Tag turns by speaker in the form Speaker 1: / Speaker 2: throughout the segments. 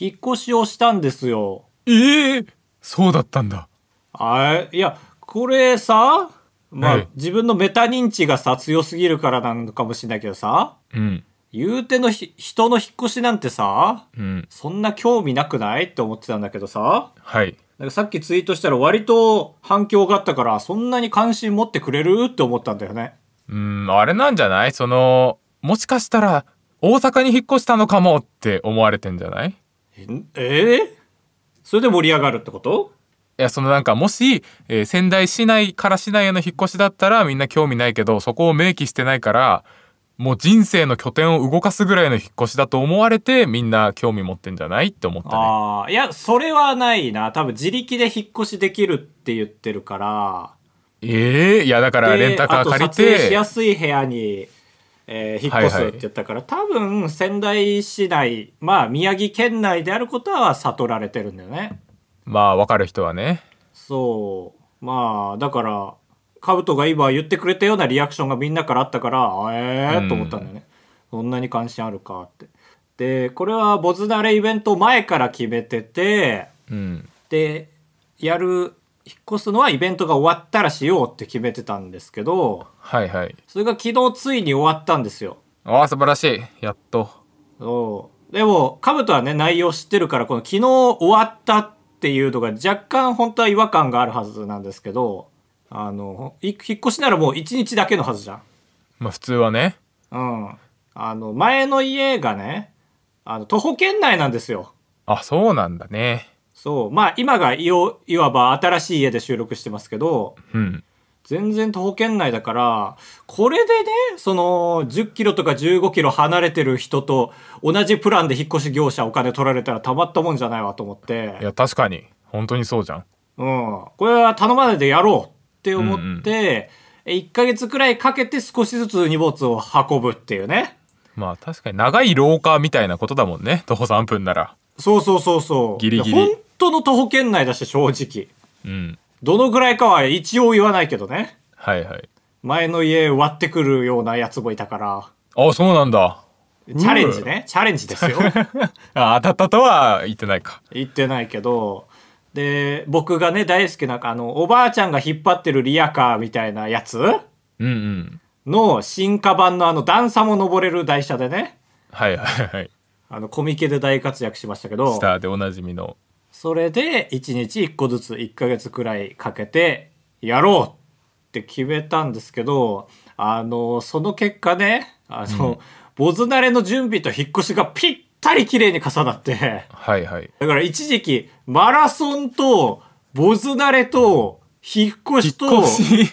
Speaker 1: 引っ越しをしたんですよ。
Speaker 2: ええそうだったんだ。
Speaker 1: あいや、これさ、まあ、
Speaker 2: はい
Speaker 1: 自分のメタ認知がさ強すぎるからなのかもしれないけどさ、
Speaker 2: うん。
Speaker 1: 言うてのひ人の引っ越しなんてさ、
Speaker 2: うん。
Speaker 1: そんな興味なくないって思ってたんだけどさ、
Speaker 2: はい。
Speaker 1: なんかさっきツイートしたら割と反響があったから、そんなに関心持ってくれるって思ったんだよね。
Speaker 2: うん、あれなんじゃないその、もしかしたら、大阪に引っ越したのかもって思われてんじゃないい
Speaker 1: ええーそれで盛り上がるってこと
Speaker 2: や、そのなんか、もし、えー仙台市内から市内への引っ越しだったらみんな興味ないけど、そこを明記してないから、もう人生の拠点を動かすぐらいの引っ越しだと思われて、みんな興味持ってんじゃないって思ったね。
Speaker 1: ああ、いや、それはないな。多分自力で引っ越しできるって言ってるから、
Speaker 2: ええいや、だから
Speaker 1: で
Speaker 2: レンタ
Speaker 1: あ
Speaker 2: カー
Speaker 1: と
Speaker 2: 借り
Speaker 1: 撮影しや
Speaker 2: て、
Speaker 1: すい部屋に、えー引っ越すって言ったから、多分仙台市内まあ宮城県内であることは悟られてるんだよね
Speaker 2: まあ、わかる人はね。
Speaker 1: そうまあだからカブトが今言ってくれたようなリアクションがみんなからあったからあええ
Speaker 2: うん
Speaker 1: ー、と思ったんだよね、そんなに関心あるかってでこれはボズナレイベント前から決めてて
Speaker 2: うん。
Speaker 1: でやる引っ越すのはイベントが終わったらしようって決めてたんですけど
Speaker 2: はいはい。
Speaker 1: それが昨日ついに終わったんですよ。
Speaker 2: ああ、素晴らしい。やっと。
Speaker 1: そうでも、カブトはね、内容知ってるから、この昨日終わったっていうのが若干本当は違和感があるはずなんですけど、あの、い引っ越しならもう1日だけのはずじゃん。
Speaker 2: まあ、普通はね。
Speaker 1: うん。あの、前の家がね、あの、徒歩圏内なんですよ。
Speaker 2: あ、そうなんだね。
Speaker 1: そう。まあ、今がいおいわば新しい家で収録してますけど、
Speaker 2: うん。
Speaker 1: 全然徒歩圏内だから、これでね、その、10キロとか15キロ離れてる人と、同じプランで引っ越し業者お金取られたらたまったもんじゃないわと思っ
Speaker 2: い
Speaker 1: て、
Speaker 2: や、確かに。本当にそうじゃん。
Speaker 1: うん、これは頼まないでやろうって思って、え1ヶ月くらいかけて少しずつ荷物を運ぶっていうね。
Speaker 2: まあ、確かに長い廊下みたいなことだもんね。徒歩3分なら。
Speaker 1: そうそうそうそう。
Speaker 2: ギリギリ
Speaker 1: 本当の徒歩圏内だし、正直。
Speaker 2: うん。
Speaker 1: どのぐらいかは一応言わないけどね。
Speaker 2: はいはい。
Speaker 1: 前の家割ってくるようなやつもいたから、
Speaker 2: あ、そうなんだ。
Speaker 1: チャレンジね。チャレンジですよ。
Speaker 2: あ、当たったとは言ってないか。
Speaker 1: 行ってないけどで僕がね大好きなあのおばあちゃんが引っ張ってるリアカーみたいなやつ
Speaker 2: うんうん。
Speaker 1: の進化版のあの段差も登れる台車でね
Speaker 2: はいはいはい。
Speaker 1: あのコミケで大活躍しましたけど
Speaker 2: スターでおなじみの。
Speaker 1: それで1日1個ずつ1ヶ月くらいかけてやろうって決めたんですけどあのその結果ねあの、ボズ慣れの準備と引っ越しがぴったり綺麗に重なって。
Speaker 2: はいはい。
Speaker 1: だから一時期、マラソンと、ボズ慣れと、引っ越しと、
Speaker 2: し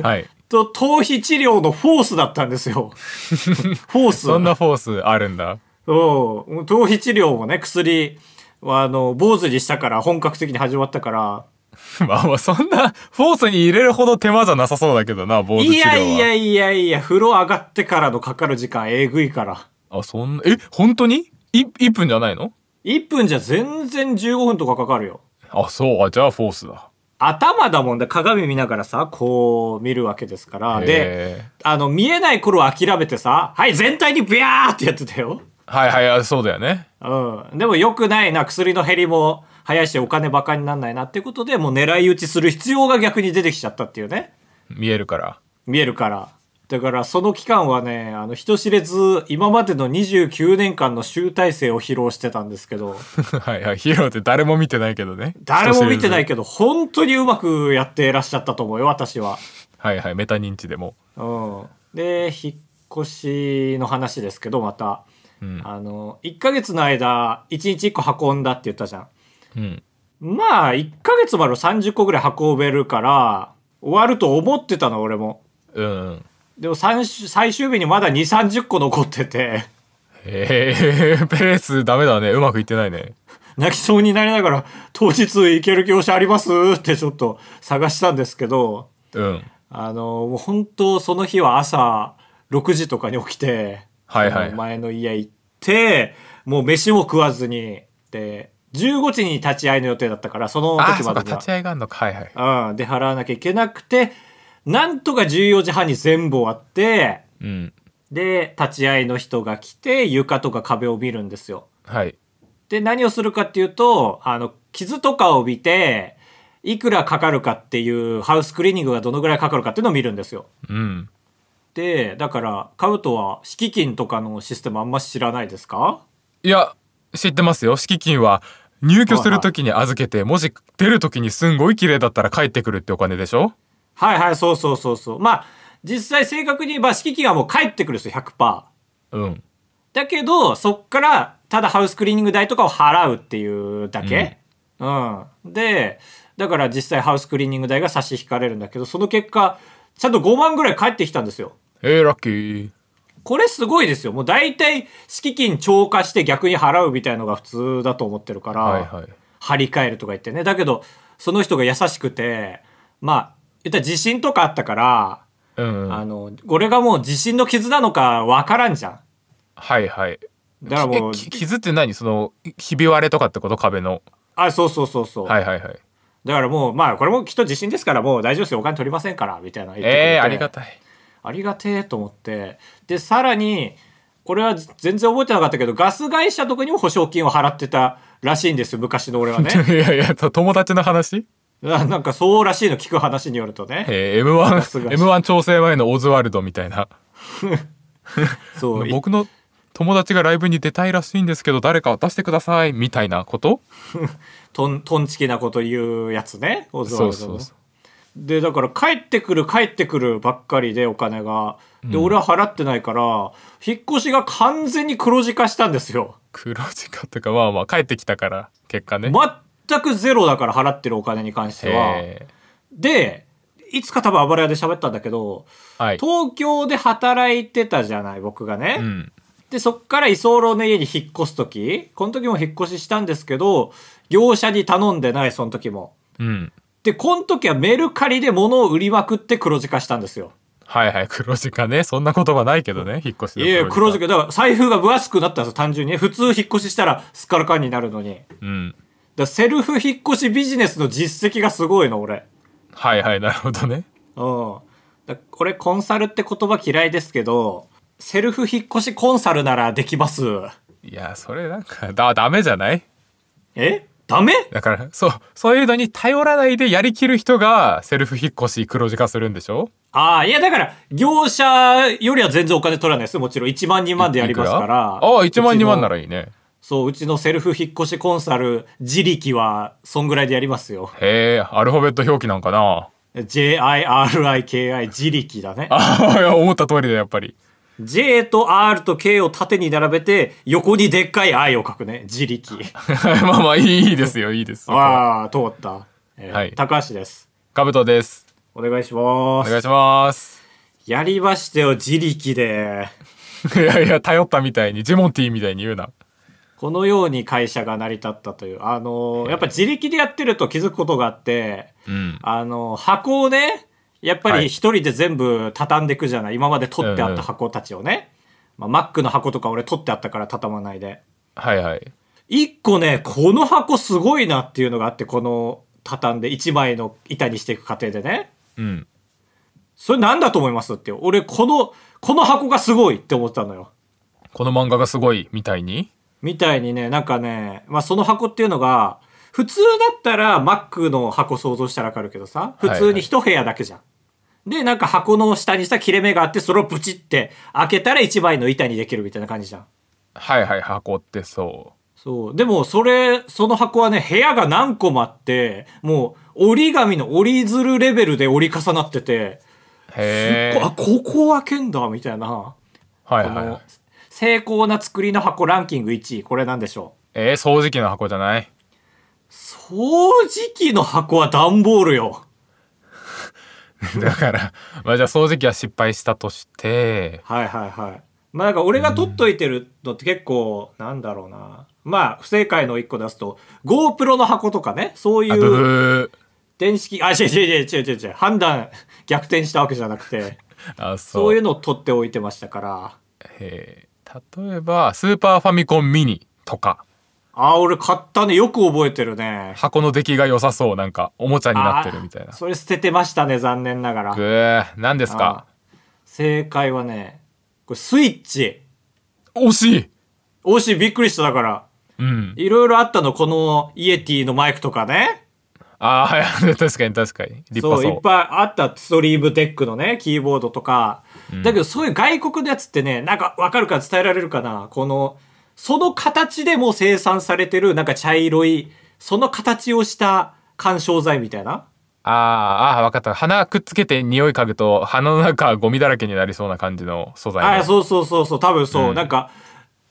Speaker 2: はい。
Speaker 1: と、頭皮治療のフォースだったんです よ。フォース。
Speaker 2: そんなフォースあるんだ。
Speaker 1: うん。頭皮治療もね、薬は、あの、坊主にしたから、本格的に始まったから。
Speaker 2: まあまあ、そんなフォースに入れるほど手間じゃなさそうだけどな、坊主治
Speaker 1: い
Speaker 2: 療は。
Speaker 1: やいやいやいや、風呂上がってからのかかる時間、えぐいから。
Speaker 2: あ、そんな、え、本当にい ?1 分じゃないの
Speaker 1: 1分じゃ全然15分とかかかるよ。
Speaker 2: あ、そう、あ、じゃあフォースだ。
Speaker 1: 頭だもんで鏡見ながらさ、こう見るわけですから。で、
Speaker 2: へー
Speaker 1: あの、見えない頃は諦めてさ、はい、全体にビャーってやってたよ。
Speaker 2: はいはいあ、そうだよね。
Speaker 1: うん。でも良くないな、薬の減りも早いし、お金バカになんないなってことで、もう狙い撃ちする必要が逆に出てきちゃったっていうね。
Speaker 2: 見えるから。
Speaker 1: 見えるから。だから、その期間はね、あの、人知れず、今までの29年間の集大成を披露してたんですけど、
Speaker 2: はいはい。ヒーローって誰も見てないけどね。。
Speaker 1: 誰も見てないいけど、本当にうまくやってらっしゃったと思うよ、私は。
Speaker 2: はいはい。メタ認知でも。
Speaker 1: うん。で、引っ越しの話ですけど、また。
Speaker 2: うん。
Speaker 1: あの、1ヶ月の間、1日1個運んだって言ったじゃん。
Speaker 2: うん。
Speaker 1: まあ、1ヶ月まで30個ぐらい運べるから、終わると思ってたの、俺も。
Speaker 2: うんうん。
Speaker 1: でも最終、最終日にまだ2、30個残ってて、
Speaker 2: へえ、ペー スダメだね。うまくいってないね。
Speaker 1: 泣きそうになりながら、当日行ける業者ありますってちょっと探したんですけど、
Speaker 2: うん。
Speaker 1: あの、もう本当その日は朝6時とかに起きて、
Speaker 2: はいはい
Speaker 1: あの前の家行って、もう飯も食わずに、で、15時に立ち会いの予定だったから、その
Speaker 2: あ、
Speaker 1: 時
Speaker 2: そ
Speaker 1: ま
Speaker 2: うか。
Speaker 1: でには
Speaker 2: 立ち合いがあんのか。はいはい。
Speaker 1: うん、で、払わなきゃいけなくて、なんとか14時半に全部終わって、
Speaker 2: うん。
Speaker 1: で、立ち会いの人が来て、床とか壁を見るんですよ。
Speaker 2: はい。
Speaker 1: で、何をするかっていうと、あの、傷とかを見て、いくらかかるかっていう、ハウスクリーニングがどのぐらいかかるかっていうのを見るんですよ。
Speaker 2: うん。
Speaker 1: で、だから、カウトは敷金とかのシステムあんま知らないですか
Speaker 2: いや、知ってますよ。敷金は入居するときに預けて、もし出るときにすんごい綺麗だったら帰ってくるってお金でしょ
Speaker 1: はいはい、そうそうそうそう。まあ、実際正確に言えば敷金はもう返ってくるんですよ、100%。
Speaker 2: うん。
Speaker 1: だけど、そっから、ただハウスクリーニング代とかを払うっていうだけ。うん。で、だから実際ハウスクリーニング代が差し引かれるんだけど、その結果、ちゃんと5万ぐらい返ってきたんですよ。
Speaker 2: えー、ラッキー。
Speaker 1: これすごいですよ。もう大体、敷金超過して逆に払うみたいのが普通だと思ってるから、
Speaker 2: はいはい。
Speaker 1: 張り替えるとか言ってね。だけど、その人が優しくて、まあ、言ったら地震とかあったから、
Speaker 2: うん。
Speaker 1: あ
Speaker 2: は
Speaker 1: の、これがもう地震の傷なのかわからんじゃん。
Speaker 2: いはい。
Speaker 1: だからもう
Speaker 2: え、き傷って何その、ひび割れとかってこと壁の。
Speaker 1: あ、そうそうそうそう。
Speaker 2: はいはいはい。
Speaker 1: だからもう、まあ、これもきっと地震ですから、もう大丈夫ですよ、お金取りませんから、みたいな言ってくれて。
Speaker 2: えー、ありがたい。
Speaker 1: ありがてえと思って。で、さらに、これは全然覚えてなかったけど、ガス会社とかにも保証金を払ってたらしいんですよ、昔の俺は ね。
Speaker 2: いやいや、と友達の話
Speaker 1: ななんか、そうらしいの聞く話によるとね。
Speaker 2: えー、
Speaker 1: す
Speaker 2: M1、
Speaker 1: がし
Speaker 2: M1 調整前のオズワルドみたいな。
Speaker 1: そう、
Speaker 2: 僕の友達がライブに出たいらしいんですけど、誰か渡してください、みたいなこと
Speaker 1: とん、とんちきなこと言うやつね、オズワルド
Speaker 2: そ
Speaker 1: の
Speaker 2: うそうそう。
Speaker 1: でだから帰ってくる帰ってくるばっかりでお金がで、俺は払ってないから引っ越しが完全に黒字化したんですよ
Speaker 2: 黒字化とかまあまあ帰ってきたから結果ね。
Speaker 1: 全くゼロだから払ってるお金に関しては
Speaker 2: え
Speaker 1: でいつか多分あばら屋で喋ったんだけど
Speaker 2: ーはい。
Speaker 1: 東京で働いてたじゃない僕がね、
Speaker 2: うん。
Speaker 1: でそっから居候の家に引っ越す時この時も引っ越ししたんですけど業者に頼んでないその時も
Speaker 2: うん。
Speaker 1: でこの時はメルカリで物を売りまくって黒字化したんですよ
Speaker 2: はいはい。黒字化ね。そんな言葉ないけどね。引っ越しの
Speaker 1: いやいや、黒字化。だから財布が分厚くなったんですよ、単純にね。普通引っ越ししたらスカルカンになるのに。だか
Speaker 2: うん。
Speaker 1: らセルフ引っ越しビジネスの実績がすごいの、俺。
Speaker 2: はいはい。なるほどね。
Speaker 1: うん。だ俺、コンサルって言葉嫌いですけど、セルフ引っ越しコンサルならできます。
Speaker 2: いや、それなんか、だ、ダメじゃない
Speaker 1: えダメ
Speaker 2: だから、そう、そういうのに頼らないでやりきる人がセルフ引っ越し黒字化するんでしょ
Speaker 1: ああ、いや、だから、業者よりは全然お金取らないですよ、もちろん。1万、2万でやりますか
Speaker 2: いく
Speaker 1: ら。
Speaker 2: ああ、1万2万な
Speaker 1: ら。
Speaker 2: らいいね。
Speaker 1: そう、うちのセルフ引っ越しコンサル、自力は、そんぐらいでやりますよ。
Speaker 2: へえ、アルファベット表記なんかな。
Speaker 1: JIRIKI、自力だね。
Speaker 2: ああ、いや思った通りだ、やっぱり。
Speaker 1: J と R と K を縦に並べて横にでっかい I を書くね自 力
Speaker 2: まあまあ、いいいいですよ、いいです。
Speaker 1: ああ通った、えー
Speaker 2: はい
Speaker 1: 高橋です
Speaker 2: かぶとです。
Speaker 1: お願いしま
Speaker 2: お
Speaker 1: す
Speaker 2: 願いします。
Speaker 1: やりましたよ自力で
Speaker 2: いやいや、頼ったみたいに、ジモンティーみたいに言うな。
Speaker 1: このように会社が成り立ったというあのーやっぱ自力でやってると気づくことがあって
Speaker 2: うん。
Speaker 1: あのー箱をねやっぱ
Speaker 2: は
Speaker 1: り
Speaker 2: い
Speaker 1: 一人で全部畳んでいくじゃない今まで取ってあった箱たちをね、まあ、マックの箱とか俺取ってあったから畳まないで
Speaker 2: はいはい。
Speaker 1: 一個ね、この箱すごいなっていうのがあって、この畳んで一枚の板にしていく過程でね。
Speaker 2: うん。
Speaker 1: それなんだと思いますって。俺、この、この箱がすごいって思ったのよ。
Speaker 2: この漫画がすごいみたいに
Speaker 1: みたいにね、なんかね、まあその箱っていうのが、普通だったら Mac の箱想像したらわかるけどさ、普通に一部屋だけじゃん。で、なんか箱の下にさ、切れ目があって、それをブチって開けたら一枚の板にできるみたいな感じじゃん。
Speaker 2: はいはい、箱ってそ
Speaker 1: そう。でも、それ、その箱はね、部屋が何個もあって、もう、折り紙の折り鶴レベルで折り重なってて、
Speaker 2: う。へえ。
Speaker 1: こあ、ここを開けんだ、みたいな。
Speaker 2: はい
Speaker 1: こ
Speaker 2: はいは
Speaker 1: の
Speaker 2: い。、
Speaker 1: 精巧な作りの箱ランキング1位、これなんでしょう。
Speaker 2: えー、掃除機の箱じゃない
Speaker 1: 掃除機の箱は段ボールよ。
Speaker 2: だから、まあじゃあ掃除機は失敗したとして、
Speaker 1: はいはいはい。まあ、なんか俺が取っといてるのって結構、なんだろうな。まあ、不正解の1個出すと、GoPro の箱とかね、そうい
Speaker 2: あブ
Speaker 1: う
Speaker 2: ブー。
Speaker 1: 電子機、あ、違う違う違う違う違う違う、判断逆転したわけじゃなくて。
Speaker 2: あ、そう。
Speaker 1: そういうのを取っておいてましたから。
Speaker 2: えー例えば、スーパーファミコンミニとか、
Speaker 1: ああ、俺買ったね。よく覚えてるね。
Speaker 2: 箱の出来が良さそう、なんか、おもちゃになってるみたい
Speaker 1: あ
Speaker 2: な
Speaker 1: ー。それ捨ててましたね、残念ながら。
Speaker 2: ぐえ、何です
Speaker 1: あー
Speaker 2: か
Speaker 1: 正解はね、これスイッチ。
Speaker 2: 惜しい
Speaker 1: 惜しい、びっくりしただから。
Speaker 2: うん。
Speaker 1: いろいろあったの、このイエティのマイクとかね。
Speaker 2: ああ、はい。確かに確かに。立
Speaker 1: そう、
Speaker 2: 派
Speaker 1: いっ
Speaker 2: そう。
Speaker 1: ぱいあった、ストリームデックのね、キーボードとか。だけど、そういう外国のやつってね、なんかわかるから伝えられるかな。この、その形でもう生産されてる、なんか茶色い、その形をした緩衝材みたいな。
Speaker 2: ああ、ああ、わかった。鼻くっつけて匂い嗅ぐと、鼻の中ゴミだらけになりそうな感じの素材の。
Speaker 1: あ、そうそうそうそう、多分そう、なんか、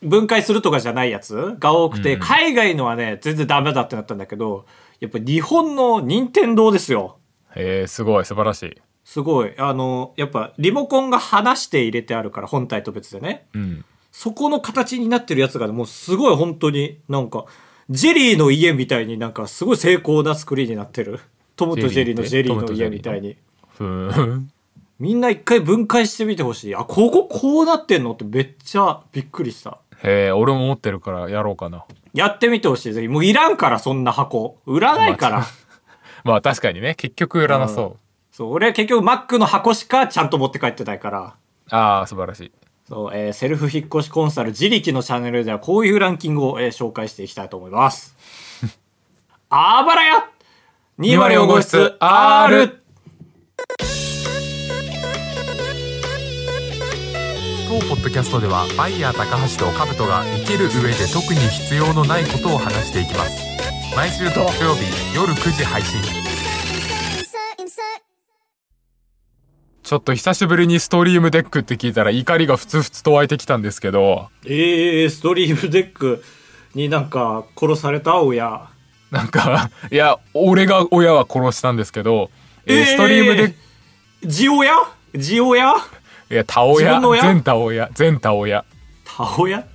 Speaker 1: 分解するとかじゃないやつが多くて、海外のはね、全然ダメだってなったんだけど、やっぱ日本の任天堂ですよ。
Speaker 2: へえ、すごい、素晴らしい。
Speaker 1: すごい。あの、やっぱリモコンが離して入れてあるから、本体と別でね。
Speaker 2: うん。
Speaker 1: そこの形になってるやつがね、もうすごい本当になんか、ジェリーの家みたいになんかすごい精巧な作りになってる。トムとジェリーのジェリーの家みたいに。
Speaker 2: ふーん。
Speaker 1: みんな一回分解してみてほしい。あ、こここうなってんのってめっちゃびっくりした。
Speaker 2: へえ、俺も持ってるからやろうかな。
Speaker 1: やってみてほしい。ぜひもういらんから、そんな箱。売らないから。
Speaker 2: まあ確かにね、結局売らなそう。
Speaker 1: そう、俺は結局 Mac の箱しかちゃんと持って帰ってないから。
Speaker 2: ああ、素晴らしい。
Speaker 1: そう、えーセルフ引っ越しコンサル自力のチャンネルではこういうランキングを、えー紹介していきたいと思い ます。あばらや !204 号室 R!
Speaker 2: 当ポッドキャストではバイヤー高橋とカブトが生きる上で特に必要のないことを話していきます毎週土曜日夜9時配信
Speaker 3: insert, insert.
Speaker 2: ちょっと久しぶりにストリームデックって聞いたら怒りがふつふつと湧いてきたんですけど
Speaker 1: えー、ストリームデックになんか殺された親。
Speaker 2: なんかいや俺が親は殺したんですけど、えー
Speaker 1: えー
Speaker 2: ストリームデック
Speaker 1: ジオヤジオヤ
Speaker 2: いや田
Speaker 1: 自
Speaker 2: 親
Speaker 1: 分の親
Speaker 2: 全田親全田親
Speaker 1: タオヤ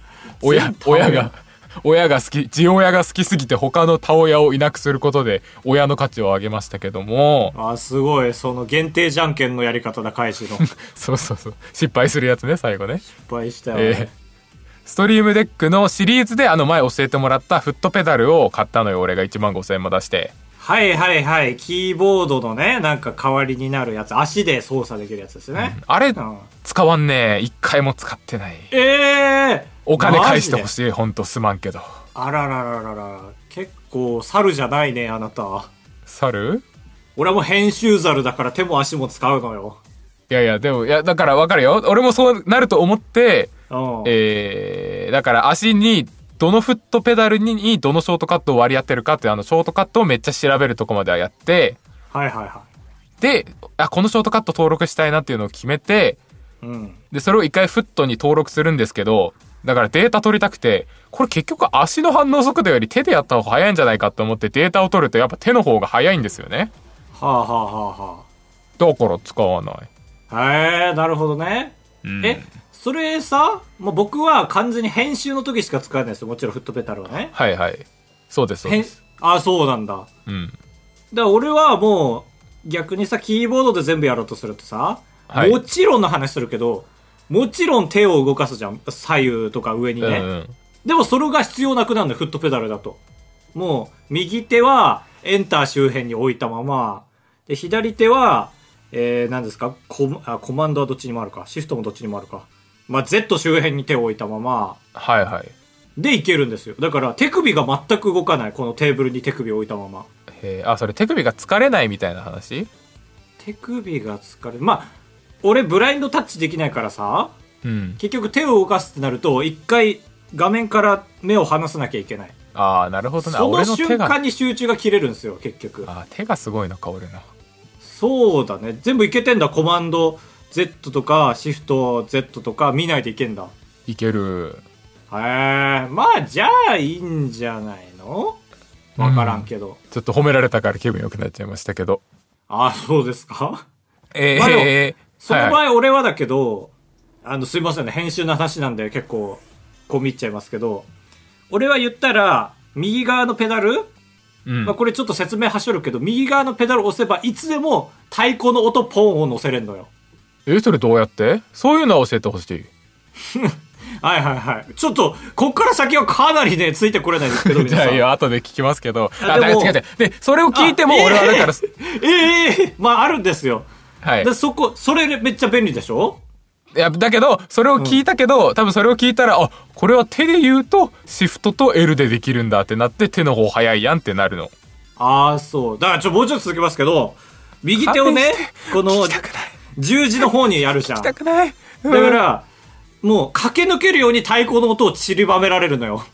Speaker 2: 親親が。親が好き父親が好きすぎて他の田親をいなくすることで親の価値を上げましたけども
Speaker 1: あ、すごい。その限定じゃんけんのやり方だ、開 始の。失
Speaker 2: そうそうそう失敗するやつね最後ね
Speaker 1: 敗したよ、ね
Speaker 2: えーストリームデックのシリーズであの前教えてもらったフットペダルを買ったのよ俺が1万5000円も出して
Speaker 1: はいはいはい。キーボードのね、なんか代わりになるやつ。足で操作できるやつですね。
Speaker 2: あれ
Speaker 1: うん
Speaker 2: 使わんねえ一回も使ってない
Speaker 1: ええ
Speaker 2: お金返してほ
Speaker 1: い。
Speaker 2: しいほんとすまんけど
Speaker 1: あららららら。結構、猿じゃないね、あなた。
Speaker 2: 猿
Speaker 1: 俺はもう編集猿だから手も足も使うのよ。
Speaker 2: いやいやでもいやだからわかるよ俺もそうなると思って
Speaker 1: うん。
Speaker 2: えーだから足にどのフットペダルにどのショートカットを割り当てるかっていうあのショートカットをめっちゃ調べるとこまではやって
Speaker 1: はいはいは
Speaker 2: であこのショートカット登録したいなっていうのを決めて
Speaker 1: い。うん。
Speaker 2: でそれを一回フットに登録するんですけどだからデータ取りたくてこれ結局足の反応速度より手でやった方が早いんじゃないかと思ってデータを取るとやっぱ手の方が早いんですよね
Speaker 1: はあはあはあは
Speaker 2: だから使わない
Speaker 1: あ。へえ、なるほどね。
Speaker 2: ん
Speaker 1: え、それさ、もう僕は完全に編集の時しか使えないですよ。もちろんフットペダルはね。
Speaker 2: はいはいそうですそう
Speaker 1: へ
Speaker 2: で
Speaker 1: ん
Speaker 2: す
Speaker 1: あ、そうなんだ。
Speaker 2: うん
Speaker 1: だから俺はもう逆にさキーボードで全部やろうとするとさ、
Speaker 2: はい
Speaker 1: もちろんの話するけどもちろん手を動かすじゃん左右とか上に
Speaker 2: うんう
Speaker 1: ね、
Speaker 2: ん
Speaker 1: でもそれが必要なくなるのよフットペダルだともう右手はエンター周辺に置いたままで左手はえー、何ですかコあコマンドはどっちにもあるかシフトもどっちにもあるか、まあ、Z 周辺に手を置いたまま
Speaker 2: はいはい
Speaker 1: でいけるんですよだから手首が全く動かないこのテーブルに手首を置いたまま
Speaker 2: へーあそれ手首が疲れないみたいな話
Speaker 1: 手首が疲れるまあ俺ブラインドタッチできないからさ
Speaker 2: うん
Speaker 1: 結局手を動かすってなると一回画面から目を離さなきゃいけない
Speaker 2: ああなるほど
Speaker 1: そ
Speaker 2: な
Speaker 1: の
Speaker 2: 俺の手
Speaker 1: 瞬
Speaker 2: が
Speaker 1: 間に集中が切れるんですよ結局
Speaker 2: あー手がすごいのか俺の
Speaker 1: そうだね全部いけてんだコマンド Z とかシフト Z とか見ないでいけんだへ
Speaker 2: いける
Speaker 1: えまあじゃあいいんじゃないのわからんけど、
Speaker 2: ちょっと褒められたから気分良くなっちゃいましたけど
Speaker 1: ああそうですか
Speaker 2: え
Speaker 1: まあでも
Speaker 2: え
Speaker 1: その
Speaker 2: はい
Speaker 1: 場合俺はだけど、あのすいませんね編集の話なんで結構込み入っちゃいますけど俺は言ったら右側のペダル、
Speaker 2: うん
Speaker 1: まあ、これちょっと説明はしょるけど右側のペダルを押せばいつでも太鼓の音ポンを乗せれんのよ
Speaker 2: えそれどうやってそういうのは教えてほしい
Speaker 1: はいはいはいちょっとこっから先はかなりねついてこれないんですけど
Speaker 2: じ
Speaker 1: 皆
Speaker 2: ゃ
Speaker 1: さ
Speaker 2: あ
Speaker 1: ん
Speaker 2: いや後で聞きますけどあ
Speaker 1: あで
Speaker 2: だ
Speaker 1: も
Speaker 2: から違う違うでそれを聞いても俺はだから、
Speaker 1: ええええまああるんですよ、
Speaker 2: はい
Speaker 1: でそこそれめっちゃ便利でしょ
Speaker 2: いやだけどそれを聞いたけど、多分それを聞いたらあこれは手で言うとシフトと L でできるんだってなって手の方早いやんってなるの
Speaker 1: ああ、そう。だからちょ、もうちょっと続けますけど、右手をねこ
Speaker 2: 勘弁、
Speaker 1: の
Speaker 2: 聞きたくない
Speaker 1: 十字の方にやるじゃん。
Speaker 2: 痛
Speaker 1: だか
Speaker 2: くないうん
Speaker 1: ら、もう駆け抜けるように太鼓の音を散りばめられるのよ。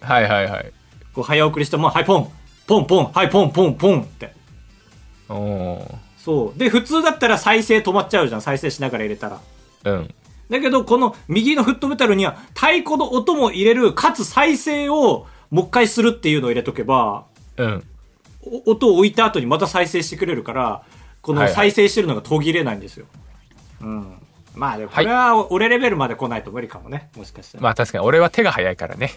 Speaker 2: はいはいはい
Speaker 1: こう早送りしても、はい、ポン、ポンポン、はい、ポンポンポンって。
Speaker 2: おー
Speaker 1: そう。で、普通だったら再生止まっちゃうじゃん。再生しながら入れたら。
Speaker 2: うん
Speaker 1: だけど、この右のフットメタルには太鼓の音も入れる、かつ再生をもう一回するっていうのを入れとけば、
Speaker 2: うん
Speaker 1: お音を置いた後にまた再生してくれるから、こ
Speaker 2: は
Speaker 1: の
Speaker 2: いはい
Speaker 1: 再生してるのが途切れないんですよ。うん。まあでもこれは俺レベルまで来ないと無理かもね。もしかしたら。
Speaker 2: まあ確かに俺は手が早いからね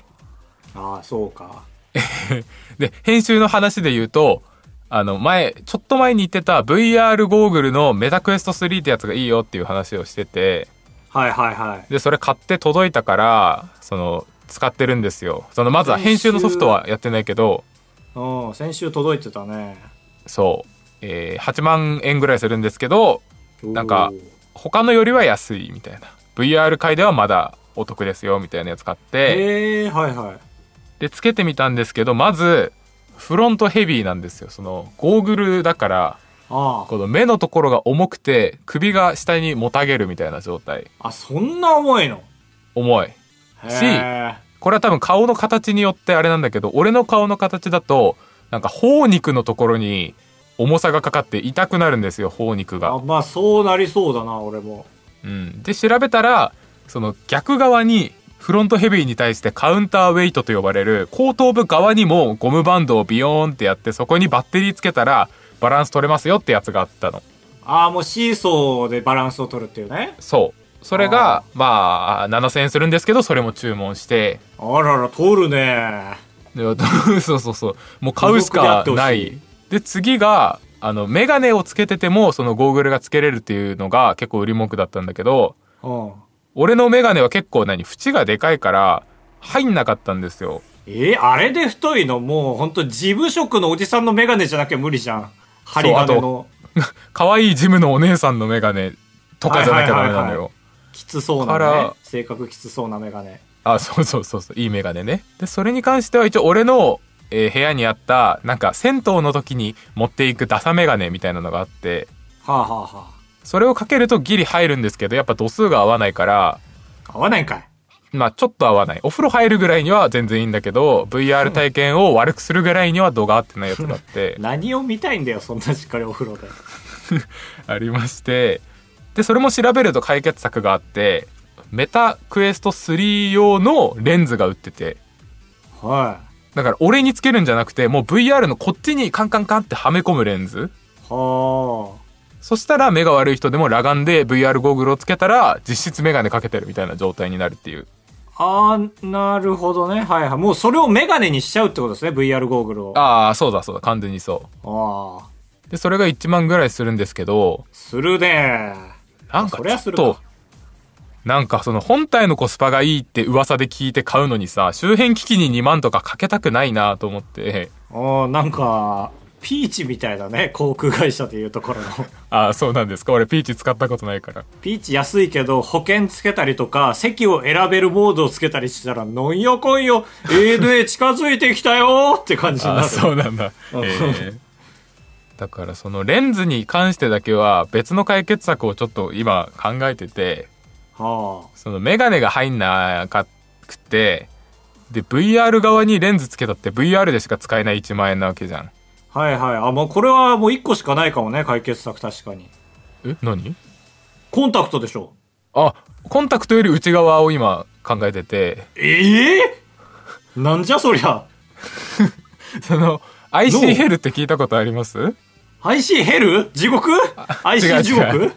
Speaker 1: ああ、そうか。
Speaker 2: で編集の話で言うとあの前ちょっと前に言ってた VR ゴーグルのメタクエスト3ってやつがいいよっていう話をしてて
Speaker 1: はいはいはい。
Speaker 2: でそれ買って届いたからその使ってるんですよそのまずは編集のソフトはやってないけど
Speaker 1: うん、先週届いてたね。
Speaker 2: そう、えー8万円ぐらいするんですけどなんか
Speaker 1: おー
Speaker 2: 他のよりは安いみたいな VR 界ではまだお得ですよみたいなやつ買って
Speaker 1: ええはいはい。
Speaker 2: でつけてみたんですけどまずフロントヘビーなんですよそのゴーグルだから
Speaker 1: あ
Speaker 2: この目のところが重くて首が下にもたげるみたいな状態
Speaker 1: あ。あ、そんな重いの
Speaker 2: 重い
Speaker 1: へ
Speaker 2: し
Speaker 1: え。
Speaker 2: これは多分顔の形によってあれなんだけど俺の顔の形だとなんか頬肉のところに重さがかかって痛くなるんですよ頬肉
Speaker 1: あ
Speaker 2: が、
Speaker 1: まあそうなりそうだな、俺も。
Speaker 2: うん、で調べたらその逆側にフロントヘビーに対してカウンターウェイトと呼ばれる後頭部側にもゴムバンドをビヨーンってやってそこにバッテリーつけたらバランス取れますよってやつがあったの
Speaker 1: ああ、もうシーソーでバランスを取るっていうね。
Speaker 2: そうそれ
Speaker 1: あ
Speaker 2: がまあ7,000円するんですけどそれも注文して
Speaker 1: あらら、取るね。
Speaker 2: で そうそうそうもう買うしかな
Speaker 1: 孤独であってほし
Speaker 2: いで次があの眼鏡をつけててもそのゴーグルがつけれるっていうのが結構売り文句だったんだけど
Speaker 1: うん。
Speaker 2: 俺の眼鏡は結構何縁がでかいから入んなかったんですよ
Speaker 1: えあれで太いのもうほんと事務職のおじさんのメガネじゃなきゃ無理じゃん針金の
Speaker 2: 可愛いジムのお姉さんの眼鏡とかじゃなきゃダメなのよ、
Speaker 1: はいはいはいはきつそう
Speaker 2: か
Speaker 1: なね
Speaker 2: ら
Speaker 1: 性格きつそうなメガネ
Speaker 2: あそうそうそうそういい眼鏡ねでそれに関しては一応俺の、えー部屋にあったなんか銭湯の時に持っていくダサ眼鏡みたいなのがあって
Speaker 1: はあはあは
Speaker 2: それをかけるとギリ入るんですけどやっぱ度数が合わないから
Speaker 1: あ合わないんかい
Speaker 2: まあちょっと合わないお風呂入るぐらいには全然いいんだけど VR 体験を悪くするぐらいには度が合ってないやつだって
Speaker 1: 何を見たいんだよそんなしっかりお風呂で
Speaker 2: ありましてでそれも調べると解決策があってメタクエスト3用のレンズが売ってて
Speaker 1: は
Speaker 2: だから俺につけるんじゃなくてもう VR のこっちにカンカンカンってはめ込むレンズ
Speaker 1: いは
Speaker 2: そしたら目が悪い人でも裸眼で VR ゴーグルをつけたら実質眼鏡かけてるみたいな状態になるっていう
Speaker 1: ああーなるほどねはいはいもうそれをメガネにしちゃうってことですね VR ゴーグルをあ
Speaker 2: ああそうだそうだ完全にそ
Speaker 1: あ
Speaker 2: うでそれが1万ぐらいするんですけど
Speaker 1: するね
Speaker 2: なんか
Speaker 1: そ
Speaker 2: ち
Speaker 1: りゃ
Speaker 2: ょ
Speaker 1: す
Speaker 2: っ
Speaker 1: るわ
Speaker 2: となんかその本体のコスパがいいって噂で聞いて買うのにさ周辺機器に2万とかかけたくないなと思って
Speaker 1: ああなんかピーチみたいだね航空会社でいうところの
Speaker 2: ああそうなんですか俺ピーチ使ったことないから
Speaker 1: ピーチ安いけど、保険つけたりとか、席を選べるモードをつけたりしたら、なんやこんよ、ANA 近づいてきたよって感じにな
Speaker 2: あ
Speaker 1: る。
Speaker 2: そうなんだ、えーだからそのレンズに関してだけは別の解決策をちょっと今考えてて
Speaker 1: は
Speaker 2: そのメガネが入んなくてで VR 側にレンズつけたって VR でしか使えない1万円なわけじゃん
Speaker 1: あ、はいはい。あ、もうこれはもう一個しかないかもね、解決策確かに。
Speaker 2: え何
Speaker 1: コンタクトでしょ。
Speaker 2: あコンタクトより内側を今考えてて
Speaker 1: ええなんじゃそりゃ。
Speaker 2: その IC ヘルって聞いたことあります
Speaker 1: IC ヘル地獄 ?IC 地
Speaker 2: 違う違
Speaker 1: 獄
Speaker 2: う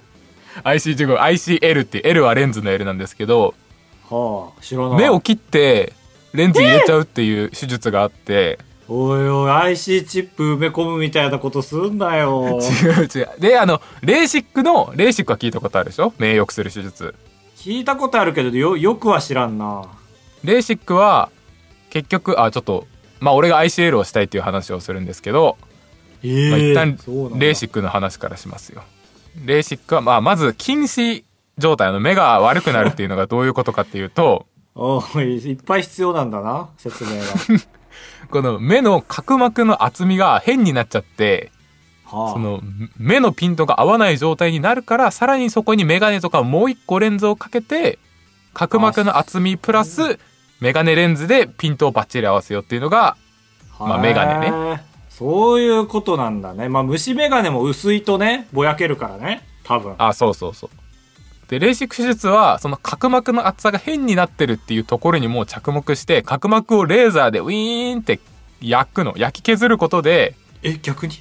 Speaker 2: ?IC 事故 ICL って L はレンズの L なんですけど
Speaker 1: はあ、知らない。
Speaker 2: 目を切ってレンズ入れちゃうっていう手術があって、
Speaker 1: おいおい、IC チップ埋め込むみたいなことすんな よ。
Speaker 2: 違う違う であのレーシックのレーシックは聞いたことあるでしょ名誉する手術
Speaker 1: 聞いたことあるけど、よ、よくは知らんな。
Speaker 2: レーシックは結局あちょっとまあ俺が ICL をしたいっていう話をするんですけど、
Speaker 1: ええ
Speaker 2: まあ、一旦
Speaker 1: そうなんだ
Speaker 2: レーシックの話からしますよレーシックはまあまず近視状態、あの、目が悪くなるっていうのがどういうことかっていうと、
Speaker 1: おーいいっぱい必要なんだな、説明が。
Speaker 2: この目の角膜の厚みが変になっちゃって、
Speaker 1: はあ、
Speaker 2: その目のピントが合わない状態になるからさらにそこにメガネとかもう一個レンズをかけて角膜の厚みプラスメガネレンズでピントをバッチリ合わせようっていうのがまあ
Speaker 1: へー
Speaker 2: メガネ
Speaker 1: そういうことなんだね。まあ、虫眼鏡も薄いとね、ぼやけるからね、多分。
Speaker 2: あそうそうそうでレーシック手術はその角膜の厚さが変になってるっていうところにもう着目して角膜をレーザーでウィーンって焼くの焼き削ることで
Speaker 1: え、逆に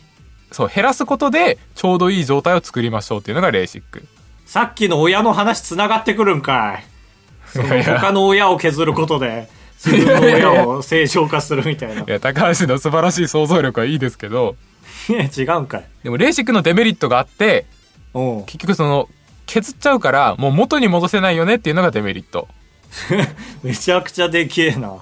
Speaker 2: そう減らすことでちょうどいい状態を作りましょうっていうのがレーシック
Speaker 1: さっきの親の話つながってくるんかい。その他の親を削ることで、自分の親を正常化するみた いな。
Speaker 2: いや高橋の素晴らしい想像力はいいですけど
Speaker 1: いや、違うんかい。
Speaker 2: でもレーシックのデメリットがあって
Speaker 1: うん。
Speaker 2: 結局その削っちゃうからもう元に戻せないよねっていうのがデメリット
Speaker 1: めちゃくちゃできえな。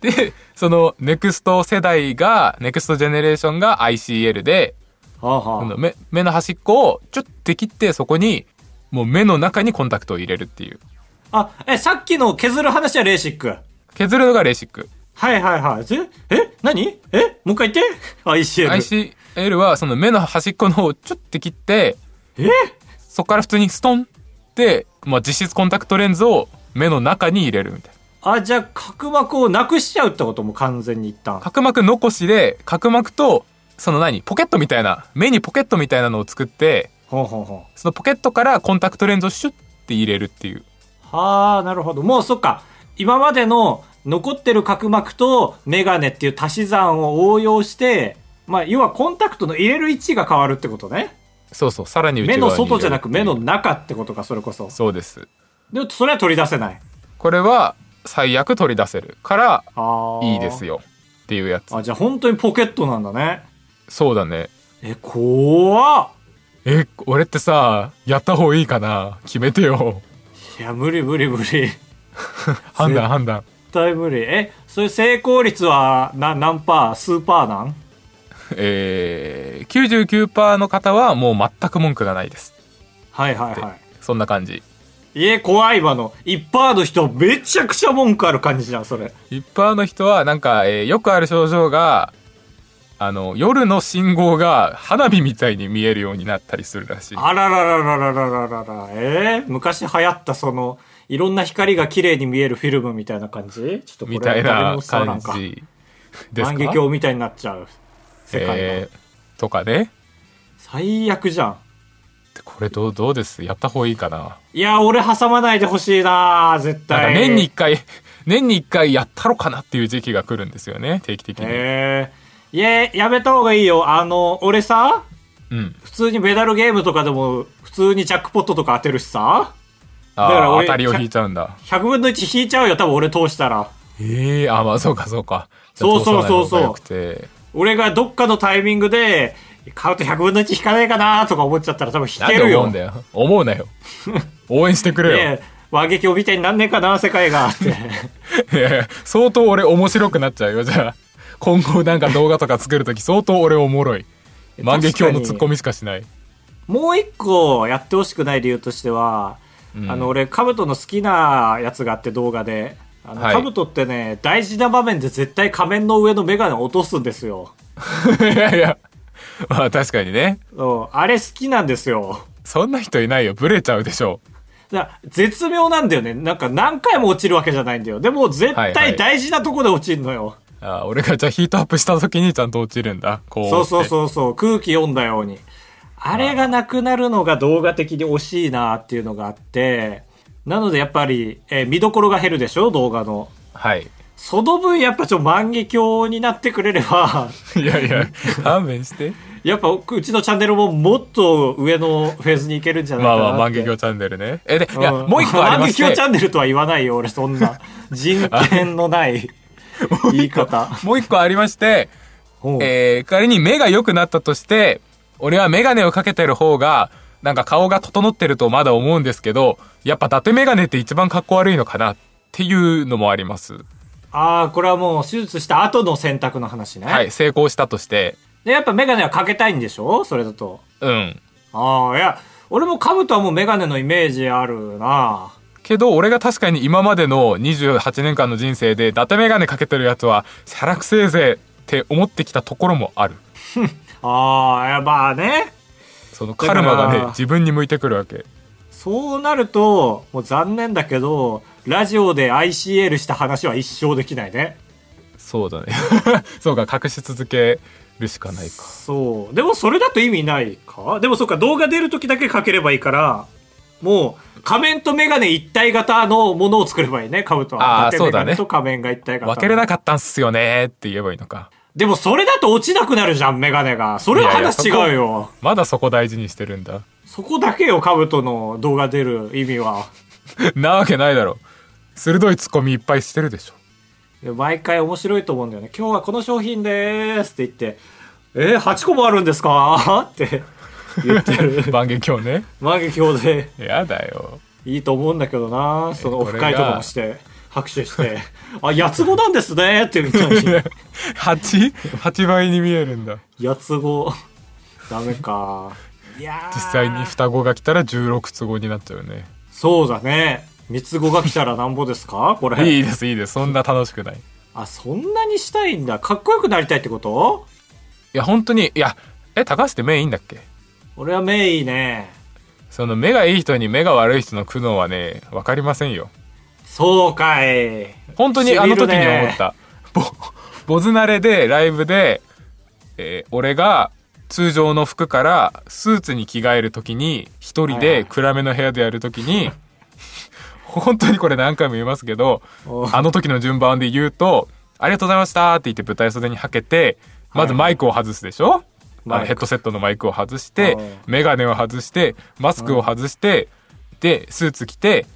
Speaker 2: でそのネクスト世代がネクストジェネレーションが ICL で
Speaker 1: はあ
Speaker 2: あ
Speaker 1: は
Speaker 2: の目目の端っこをちょっと切ってそこにもう目の中にコンタクトを入れるっていう
Speaker 1: あ。あ、え、さっきの削る話はレーシック。
Speaker 2: 削るのがレーシック
Speaker 1: はいはいはい。ぜえ何えもう一回言って ?ICL。
Speaker 2: ICL はその目の端っこの方をちょっと切って
Speaker 1: え
Speaker 2: そこから普通にストンって、まあ、実質コンタクトレンズを目の中に入れるみたいな
Speaker 1: あ、じゃあ角膜をなくしちゃうってことも完全に一旦。
Speaker 2: 角膜残しで角膜とその何ポケットみたいな目にポケットみたいなのを作って
Speaker 1: ほんほんほん。
Speaker 2: そのポケットからコンタクトレンズをシュッて入れるっていう
Speaker 1: はあ、なるほど。もうそっか。今までの残ってる角膜とメガネっていう足し算を応用して、まあ、要はコンタクトの入れる位置が変わるってことね。
Speaker 2: そうそうさらに内
Speaker 1: 目
Speaker 2: 側に
Speaker 1: の外じゃなく
Speaker 2: 入れ
Speaker 1: 目
Speaker 2: る
Speaker 1: の
Speaker 2: っていう
Speaker 1: 中ってことか、それこそ。
Speaker 2: そうです
Speaker 1: でも、それは取り出せない。
Speaker 2: これは最悪取り出せるから
Speaker 1: ああ。
Speaker 2: いいです
Speaker 1: よ。
Speaker 2: よっていうやつ
Speaker 1: あ、じゃあ本当にポケットなんだね。
Speaker 2: そうだね
Speaker 1: え、怖っ
Speaker 2: え俺ってさやった方がいいかな決めてよ
Speaker 1: いや、無理無理無理。
Speaker 2: 判断判断
Speaker 1: 絶対無理。え、それ成功率はな何パー数パーなん
Speaker 2: えー、99%の方はもう全く文句がないです
Speaker 1: はいはいはい。
Speaker 2: そんな感じ
Speaker 1: え、怖い今の。1%の人、めちゃくちゃ文句ある感じじゃん、それ。
Speaker 2: 一般の人はなんか、えーよくある症状があの夜の信号が花火みたいに見えるようになったりするらしい
Speaker 1: あらららららららららえー、昔流行ったその、いろんな光が綺麗に見えるフィルムみたいな感じちょっとこれ
Speaker 2: みたい
Speaker 1: 誰
Speaker 2: な
Speaker 1: もそう
Speaker 2: 感
Speaker 1: んか
Speaker 2: じです
Speaker 1: 万華
Speaker 2: か、
Speaker 1: 鏡みたいになっちゃう。世界が、
Speaker 2: えーとかね
Speaker 1: 最悪じゃん。
Speaker 2: でこれどうどうですやった方がいいかない
Speaker 1: や、俺挟まないでほしいな絶
Speaker 2: なんか
Speaker 1: 対。
Speaker 2: 年に一回年に一回やったろかなっていう時期が来るんですよね定期的に、
Speaker 1: えー、いや、やめた方がいいよ。あの、俺さ、
Speaker 2: うん
Speaker 1: 普通にメダルゲームとかでも、普通にジャックポットとか当てるしさ、
Speaker 2: あ
Speaker 1: だから
Speaker 2: あ
Speaker 1: 俺
Speaker 2: 当たりを引いちゃうんだ
Speaker 1: 100分の1引いちゃうよ、多分俺通したら。
Speaker 2: ええあまあそうかそうか
Speaker 1: そうそうそうそう
Speaker 2: じゃあ通さない方がよくて
Speaker 1: 俺がどっかのタイミングで、買うと100分の1引かないかなとか思っちゃったら多分引
Speaker 2: なん
Speaker 1: け
Speaker 2: で
Speaker 1: る
Speaker 2: 思う
Speaker 1: よ。
Speaker 2: んだよ思うなよ応援してくれよ
Speaker 1: ねえ和劇をみたいになんねえかな、世界 が。って。
Speaker 2: いやいや相当俺面白くなっちゃうよじゃあ今後なんか動画とか作るとき相当俺おもろい万華鏡のツッコミしかしない
Speaker 1: もう一個やってほしくない理由としては、
Speaker 2: うん
Speaker 1: あの、俺、カブトの好きなやつがあって動画で、あの、
Speaker 2: はい
Speaker 1: カブトってね、大事な場面で絶対仮面の上のメガネを落とすんですよ。
Speaker 2: いやいやまあ確かにね
Speaker 1: うん、あれ好きなんですよ。
Speaker 2: そんな人いないよブレちゃうでしょ
Speaker 1: だから絶妙なんだよね。なんか何回も落ちるわけじゃないんだよ。でも絶
Speaker 2: はいは
Speaker 1: 対
Speaker 2: い
Speaker 1: 大事なとこで落ちるのよ。
Speaker 2: あ俺がじゃあヒートアップした時にちゃんと落ちるんだこう
Speaker 1: そうそう
Speaker 2: う
Speaker 1: そうそう、空気読んだように。あれがなくなるのが動画的に惜しいなっていうのがあって、なのでやっぱり、えー見どころが減るでしょ動画の。
Speaker 2: はい
Speaker 1: その分やっぱちょ、万華鏡になってくれれば、
Speaker 2: いやいや勘弁して
Speaker 1: やっぱうちのチャンネルももっと上のフェーズに行けるんじゃないか
Speaker 2: まあ
Speaker 1: な
Speaker 2: ま
Speaker 1: っ
Speaker 2: あ
Speaker 1: て。
Speaker 2: 万華鏡チャンネルねえでいや
Speaker 1: ん
Speaker 2: もう一個ありまして
Speaker 1: 万華鏡チャンネルとは言わないよ、俺そん な。人権のない言い方。
Speaker 2: もう一個ありまして
Speaker 1: うん
Speaker 2: えー仮に目が良くなったとして俺は眼鏡をかけてる方がなんか顔が整ってるとまだ思うんですけどやっぱ伊達眼鏡って一番かっこ悪いのかなっていうのもあります
Speaker 1: ああ、これはもう手術した後の選択の話ね。
Speaker 2: はい成功したとして
Speaker 1: で、やっぱメガネはかけたいんでしょそれだと。
Speaker 2: うん
Speaker 1: ああ、いや、俺も兜はもうメガネのイメージあるな
Speaker 2: けど俺が確かに今までの28年間の人生で伊達眼鏡かけてるやつはシャラクせいぜいって思ってきたところもある
Speaker 1: あーやばね
Speaker 2: そのカルマが
Speaker 1: だか
Speaker 2: ね
Speaker 1: ら
Speaker 2: 自分に向いてくるわけ
Speaker 1: そうなるともう残念だけどラジオで ICL した話は一生できないね
Speaker 2: そうだね そうか隠し続けるしかないか
Speaker 1: そうでもそれだと意味ないかでもそっか動画出る時だけかければいいからもう仮面とメガネ一体型のものを作ればいいねカブトは
Speaker 2: あー
Speaker 1: 縦メガネ
Speaker 2: そうだね
Speaker 1: と仮面が一体型
Speaker 2: 分けれなかったんすよねって言えばいいのか
Speaker 1: でもそれだと落ちなくなるじゃんメガネがそれは話違うよ
Speaker 2: いやいまだそこ大事にしてるんだ
Speaker 1: そこだけよカブトの動画出る意味は
Speaker 2: なわけないだろ鋭いツッコミいっぱいしてるでしょ
Speaker 1: で毎回面白いと思うんだよね今日はこの商品でーすって言ってえー、8個もあるんですかって言ってる
Speaker 2: 万華鏡ね
Speaker 1: 万華鏡で
Speaker 2: やだよ
Speaker 1: いいと思うんだけどなそのオ
Speaker 2: こ
Speaker 1: フ
Speaker 2: れが
Speaker 1: 会とかもして拍手して「あ八つ子なんですね」ってみたいに
Speaker 2: 8?8 倍に見えるんだ
Speaker 1: 八つ子ダメかいやー
Speaker 2: 実際に双子が来たら16都合になっちゃうね
Speaker 1: そうだね三つ子が来たらなんぼですかこれ
Speaker 2: いいですいいですそんな楽しくないい
Speaker 1: あそんなにしたいんだかっこよくなりたいってこと
Speaker 2: や本当にいやえ高橋って目いいんだっけ
Speaker 1: 俺は目いいね
Speaker 2: その目がいい人に目が悪い人の苦悩はね分かりませんよ
Speaker 1: そうかい
Speaker 2: 本当に
Speaker 1: し
Speaker 2: あ
Speaker 1: み
Speaker 2: の
Speaker 1: る
Speaker 2: 時に
Speaker 1: ね
Speaker 2: 思った、ぼボズ慣れでライブで、えー俺が通常の服からスーツに着替える時に一人
Speaker 1: はいはい
Speaker 2: で暗めの部屋でやる時に 本当にこれ何回も言いますけど
Speaker 1: お
Speaker 2: あの時の順番で言うと「ありがとうございました」って言って舞台袖にはけてまずマイクを外すでしょ、あ
Speaker 1: マイ
Speaker 2: の
Speaker 1: ク
Speaker 2: ヘッドセットのマイクを外して
Speaker 1: うん
Speaker 2: メガネを外してマスクを外してでスーツ着て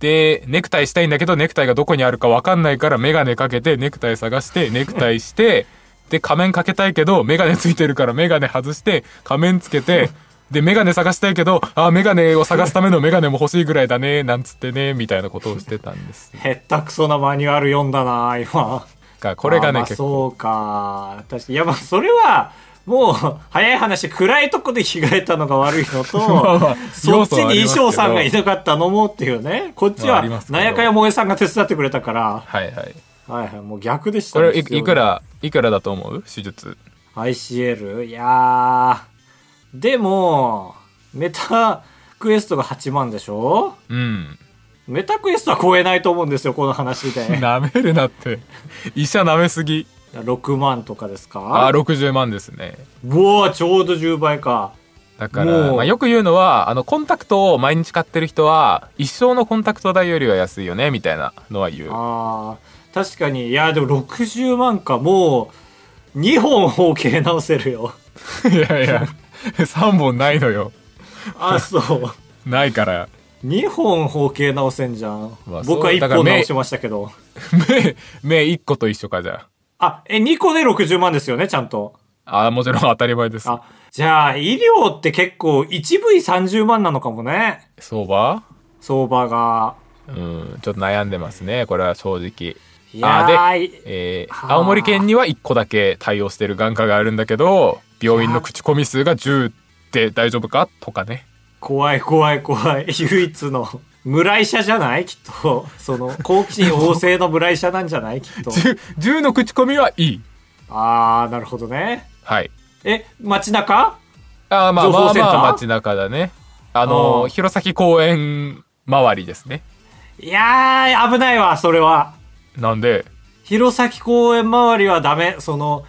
Speaker 2: でネクタイしたいんだけどネクタイがどこにあるか分かんないからメガネかけてネクタイ探してネクタイしてで仮面かけたいけどメガネついてるからメガネ外して仮面つけてでメガネ探したいけどあメガネを探すためのメガネも欲しいぐらいだねなんつってねみたいなことをしてたんです
Speaker 1: へったくそなマニュアル読んだな今
Speaker 2: がこれが
Speaker 1: あま
Speaker 2: ね
Speaker 1: あ
Speaker 2: 結構
Speaker 1: そうか確かにいやまあそれはもう早い話暗いとこで着替えたのが悪いのと
Speaker 2: あ まあ
Speaker 1: そっち
Speaker 2: 要素はあり
Speaker 1: に
Speaker 2: ま
Speaker 1: 衣
Speaker 2: すけど
Speaker 1: 装さんがいなかったのもっていうねこっち
Speaker 2: まああ
Speaker 1: は
Speaker 2: りますけど
Speaker 1: なんやかんや萌えさんが手伝ってくれたから
Speaker 2: はいはい
Speaker 1: はいはいもう逆でした
Speaker 2: こ
Speaker 1: ね
Speaker 2: れいいくらいくらだと思う手術
Speaker 1: ICL いやーでもメタクエストが8万でしょ
Speaker 2: うん
Speaker 1: メタクエストは超えないと思うんですよこの話で
Speaker 2: なめるなって 医者なめすぎ
Speaker 1: 6万とかです
Speaker 2: あ
Speaker 1: か
Speaker 2: 60万ですね
Speaker 1: うわーちょうど10倍か
Speaker 2: だか
Speaker 1: も
Speaker 2: ら、
Speaker 1: う
Speaker 2: まあ、よく言うのはあのコンタクトを毎日買ってる人は一生のコンタクト代よりは安いよねみたいなのは言う
Speaker 1: あー確かにいやでも60万かもう2本包茎直せる よ
Speaker 2: いやいや3本ないのよ
Speaker 1: あそう
Speaker 2: ないから
Speaker 1: 2本包茎直せんじゃん、
Speaker 2: まあそう
Speaker 1: 僕は1
Speaker 2: だから
Speaker 1: 本
Speaker 2: ね
Speaker 1: 直しましたけど
Speaker 2: 目目1個と一緒かじゃ
Speaker 1: あえ2個で60万ですよねちゃんと
Speaker 2: ああもちろん当たり前です
Speaker 1: あじゃあ医療って結構 1V30 万なのかもね
Speaker 2: 相場
Speaker 1: 相場が
Speaker 2: うんちょっと悩んでますねこれは正直
Speaker 1: いやー
Speaker 2: あ
Speaker 1: い
Speaker 2: で、えー
Speaker 1: はー
Speaker 2: 青森県には1個だけ対応してる眼科があるんだけど病院の口コミ数が10って大丈夫かとかね
Speaker 1: 怖い怖い怖い 唯一の村医者じゃないきっとその好奇心旺盛の村医者なんじゃないきっと
Speaker 2: 10, 10の口コミはいい
Speaker 1: ああなるほどね
Speaker 2: はい
Speaker 1: え街中
Speaker 2: あーまあ
Speaker 1: 情報
Speaker 2: まあ
Speaker 1: センター
Speaker 2: まあ街中だねあ
Speaker 1: あ
Speaker 2: の
Speaker 1: ー
Speaker 2: 弘前公園周りですね
Speaker 1: いやー危ないわそれは
Speaker 2: なんで
Speaker 1: 弘前公園周りはダメその、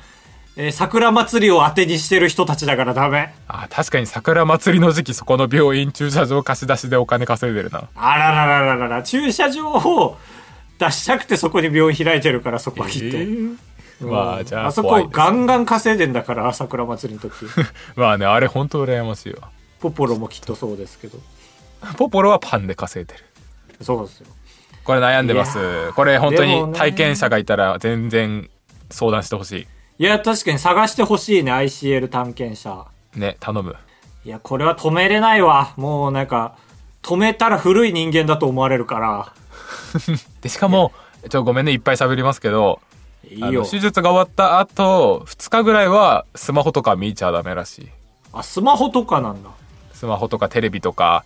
Speaker 1: えー桜祭りを当てにしてる人たちだからダメ
Speaker 2: あー確かに桜祭りの時期そこの病院駐車場貸し出しでお金稼いでるな
Speaker 1: あらららららら駐車場を出したくてそこに病院開いてるからそこはきっと、
Speaker 2: えー
Speaker 1: うん
Speaker 2: まあじゃあ
Speaker 1: あそ
Speaker 2: 怖い
Speaker 1: こ
Speaker 2: です
Speaker 1: ガンガン稼いでんだから桜祭りの時
Speaker 2: まあねあれ本当羨ましいわ
Speaker 1: ポポロもきっとそうですけど
Speaker 2: ポポロはパンで稼いでる
Speaker 1: そうですよ
Speaker 2: これ悩んでま
Speaker 1: いや
Speaker 2: すこれ本当
Speaker 1: でも
Speaker 2: に
Speaker 1: ね
Speaker 2: 体験者がいたら全然相談してほし
Speaker 1: いや確かに探してほしいね ICL 探検者
Speaker 2: いね頼む
Speaker 1: いや、これは止めれないわ。もうなんか、止めたら古い人間だと思われるから。
Speaker 2: でしかもちょっとごめんねいっぱい喋りますけど
Speaker 1: いい
Speaker 2: あの
Speaker 1: よ。
Speaker 2: 手術が終わった後2日ぐらいはスマホとか見ちゃダメらしい
Speaker 1: あ、スマホとかなんだ。
Speaker 2: スマホとかテレビとか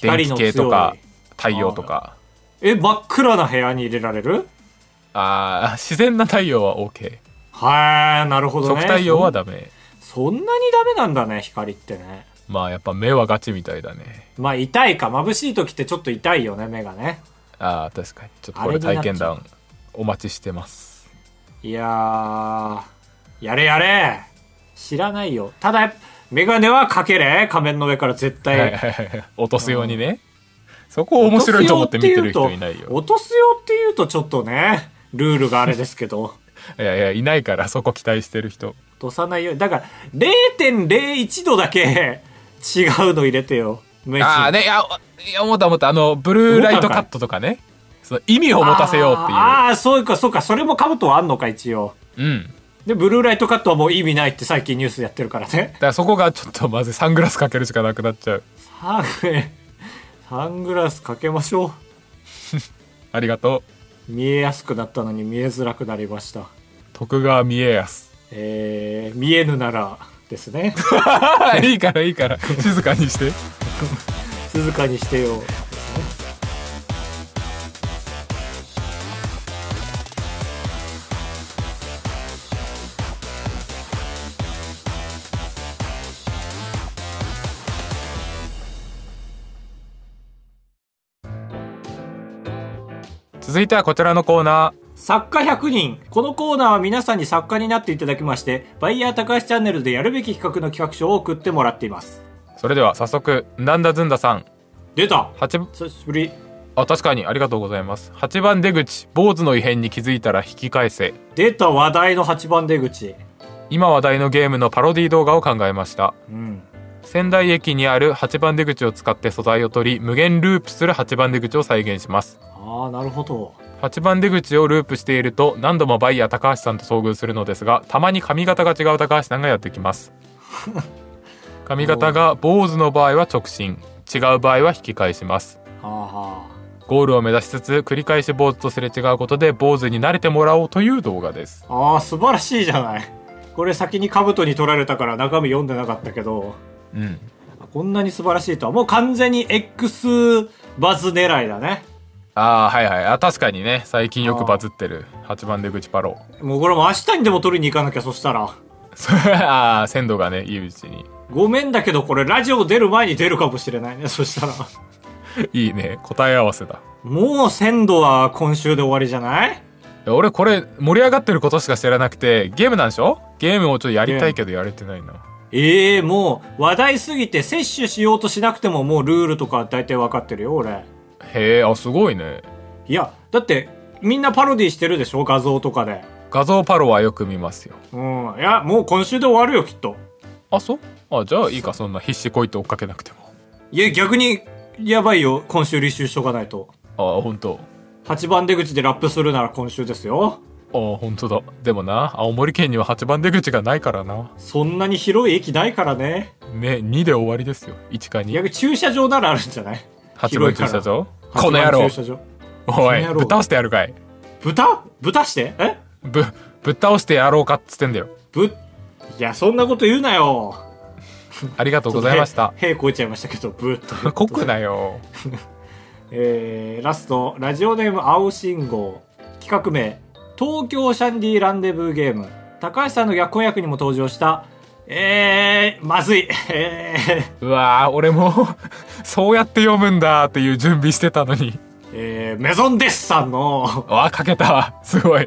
Speaker 2: 電
Speaker 1: 光
Speaker 2: 気
Speaker 1: の
Speaker 2: 系
Speaker 1: 強い
Speaker 2: とか太陽とか
Speaker 1: え真っ暗な部屋に入れられる
Speaker 2: あー自然な太陽は OK
Speaker 1: はいなるほど
Speaker 2: 直
Speaker 1: ね
Speaker 2: 太陽はダメ
Speaker 1: そんなにダメなんだね光ってね
Speaker 2: まあやっぱ目はガチみたいだね
Speaker 1: まあ痛いか眩しい時ってちょっと痛いよね目がね
Speaker 2: あー確かにちょっとこれ体験談お待ちしてます
Speaker 1: いやーやれやれ知らないよただメガネはかけれ仮面の上から絶対、
Speaker 2: はいはいはい落とすようにねそこを面白いと思って見てる人いないよ
Speaker 1: 落とすよって言うとちょっとねルールがあれですけど
Speaker 2: いやいやいないからそこ期待してる人
Speaker 1: 落とさないようにだから0.01度だけ違うの入れてよメ
Speaker 2: ああねいやいや思った思ったあのブルーライトカットとかねその意味を持たせようって
Speaker 1: あーあーそうかそうかそれもカブトはあんのか一応
Speaker 2: いううん
Speaker 1: でブルーライトカットはもう意味ないって最近ニュースやってるからね
Speaker 2: だからそこがちょっとまずいサングラスかけるしかなくなっちゃう
Speaker 1: サンサングラスかけましょう
Speaker 2: ありがとう
Speaker 1: 見えやすくなったのに見えづらくなりました
Speaker 2: 徳川三重康
Speaker 1: えー、見えぬならです ね
Speaker 2: いいからいいから静かにして
Speaker 1: 静かにしてよ
Speaker 2: 続いてはこちらのコーナー
Speaker 1: 作家100人このコーナーは皆さんに作家になっていただきましてバイヤー高橋チャンネルでやるべき企画の企画書を送ってもらっています
Speaker 2: それでは早速なんだずんださん
Speaker 1: 出た
Speaker 2: 八
Speaker 1: 久しぶり
Speaker 2: あ確かにありがとうございます8番出口坊主の異変に気づいたら引き返せ
Speaker 1: 出た話題の8番出口
Speaker 2: 今話題のゲームのパロディ動画を考えました
Speaker 1: うん
Speaker 2: 仙台駅にある8番出口を使って素材を取り無限ループする8番出口を再現します
Speaker 1: ああなるほど
Speaker 2: 8番出口をループしていると何度もバイヤー高橋さんと遭遇するのですがたまに髪型が違う高橋さんがやってきます 髪型が坊主の場合は直進違う場合は引き返します
Speaker 1: はあは
Speaker 2: ゴールを目指しつつ繰り返し坊主とすれ違うことで坊主に慣れてもらおうという動画です
Speaker 1: ああー素晴らしいじゃないこれ先に兜に取られたから中身読んでなかったけど
Speaker 2: うん
Speaker 1: こんなに素晴らしいとはもう完全に X バズ狙いだね
Speaker 2: ああはいはいあ確かにね最近よくバズってる8番出口パロ
Speaker 1: もうこれもう明日にでも取りに行かなきゃそしたら
Speaker 2: ああ鮮度がねいいうちに
Speaker 1: ごめんだけどこれラジオ出る前に出るかもしれないね そしたら
Speaker 2: いいね答え合わせだ
Speaker 1: もう鮮度は今週で終わりじゃない
Speaker 2: いや俺これ盛り上がってることしか知らなくてゲームなんでしょゲームをちょっとやりたいけどやれてないな
Speaker 1: ええもう話題すぎて摂取しようとしなくてももうルールとか大体分かってるよ俺
Speaker 2: へえあすごいね
Speaker 1: いやだってみんなパロディしてるでしょ画像とかで
Speaker 2: 画像パロはよく見ますよ
Speaker 1: うんいやもう今週で終わるよきっと
Speaker 2: あそうあじゃあいいかそんな必死こいて追っかけなくても
Speaker 1: いや逆にやばいよ今週履修しとかないと
Speaker 2: あ本当
Speaker 1: 8番出口でラップするなら今週ですよ
Speaker 2: あ本当だでもな青森県には8番出口がないからな
Speaker 1: そんなに広い駅ないからね
Speaker 2: ね2で終わりですよ1か2
Speaker 1: 逆に駐車場ならあるんじゃない
Speaker 2: 8番駐車
Speaker 1: 広い
Speaker 2: 場この野
Speaker 1: 八番駐
Speaker 2: 郎
Speaker 1: 車場
Speaker 2: お
Speaker 1: この
Speaker 2: い
Speaker 1: 野郎
Speaker 2: ぶっ倒してやるかい
Speaker 1: 豚豚してえ
Speaker 2: ぶぶっ倒してやろうかっつってんだよ
Speaker 1: ぶいやそんなこと言うなよ
Speaker 2: ありがとうございました
Speaker 1: へへこいちゃいましたけどぶっと
Speaker 2: 濃くなよ
Speaker 1: えー、ラストラジオネーム青信号企画名東京シャンディランデブーゲーム高橋さんの逆婚役にも登場したえー、まずいえー
Speaker 2: うわー俺も そうやって読むんだっていう準備してたのに
Speaker 1: えー、メゾンデッサンの
Speaker 2: わあかけたわすごい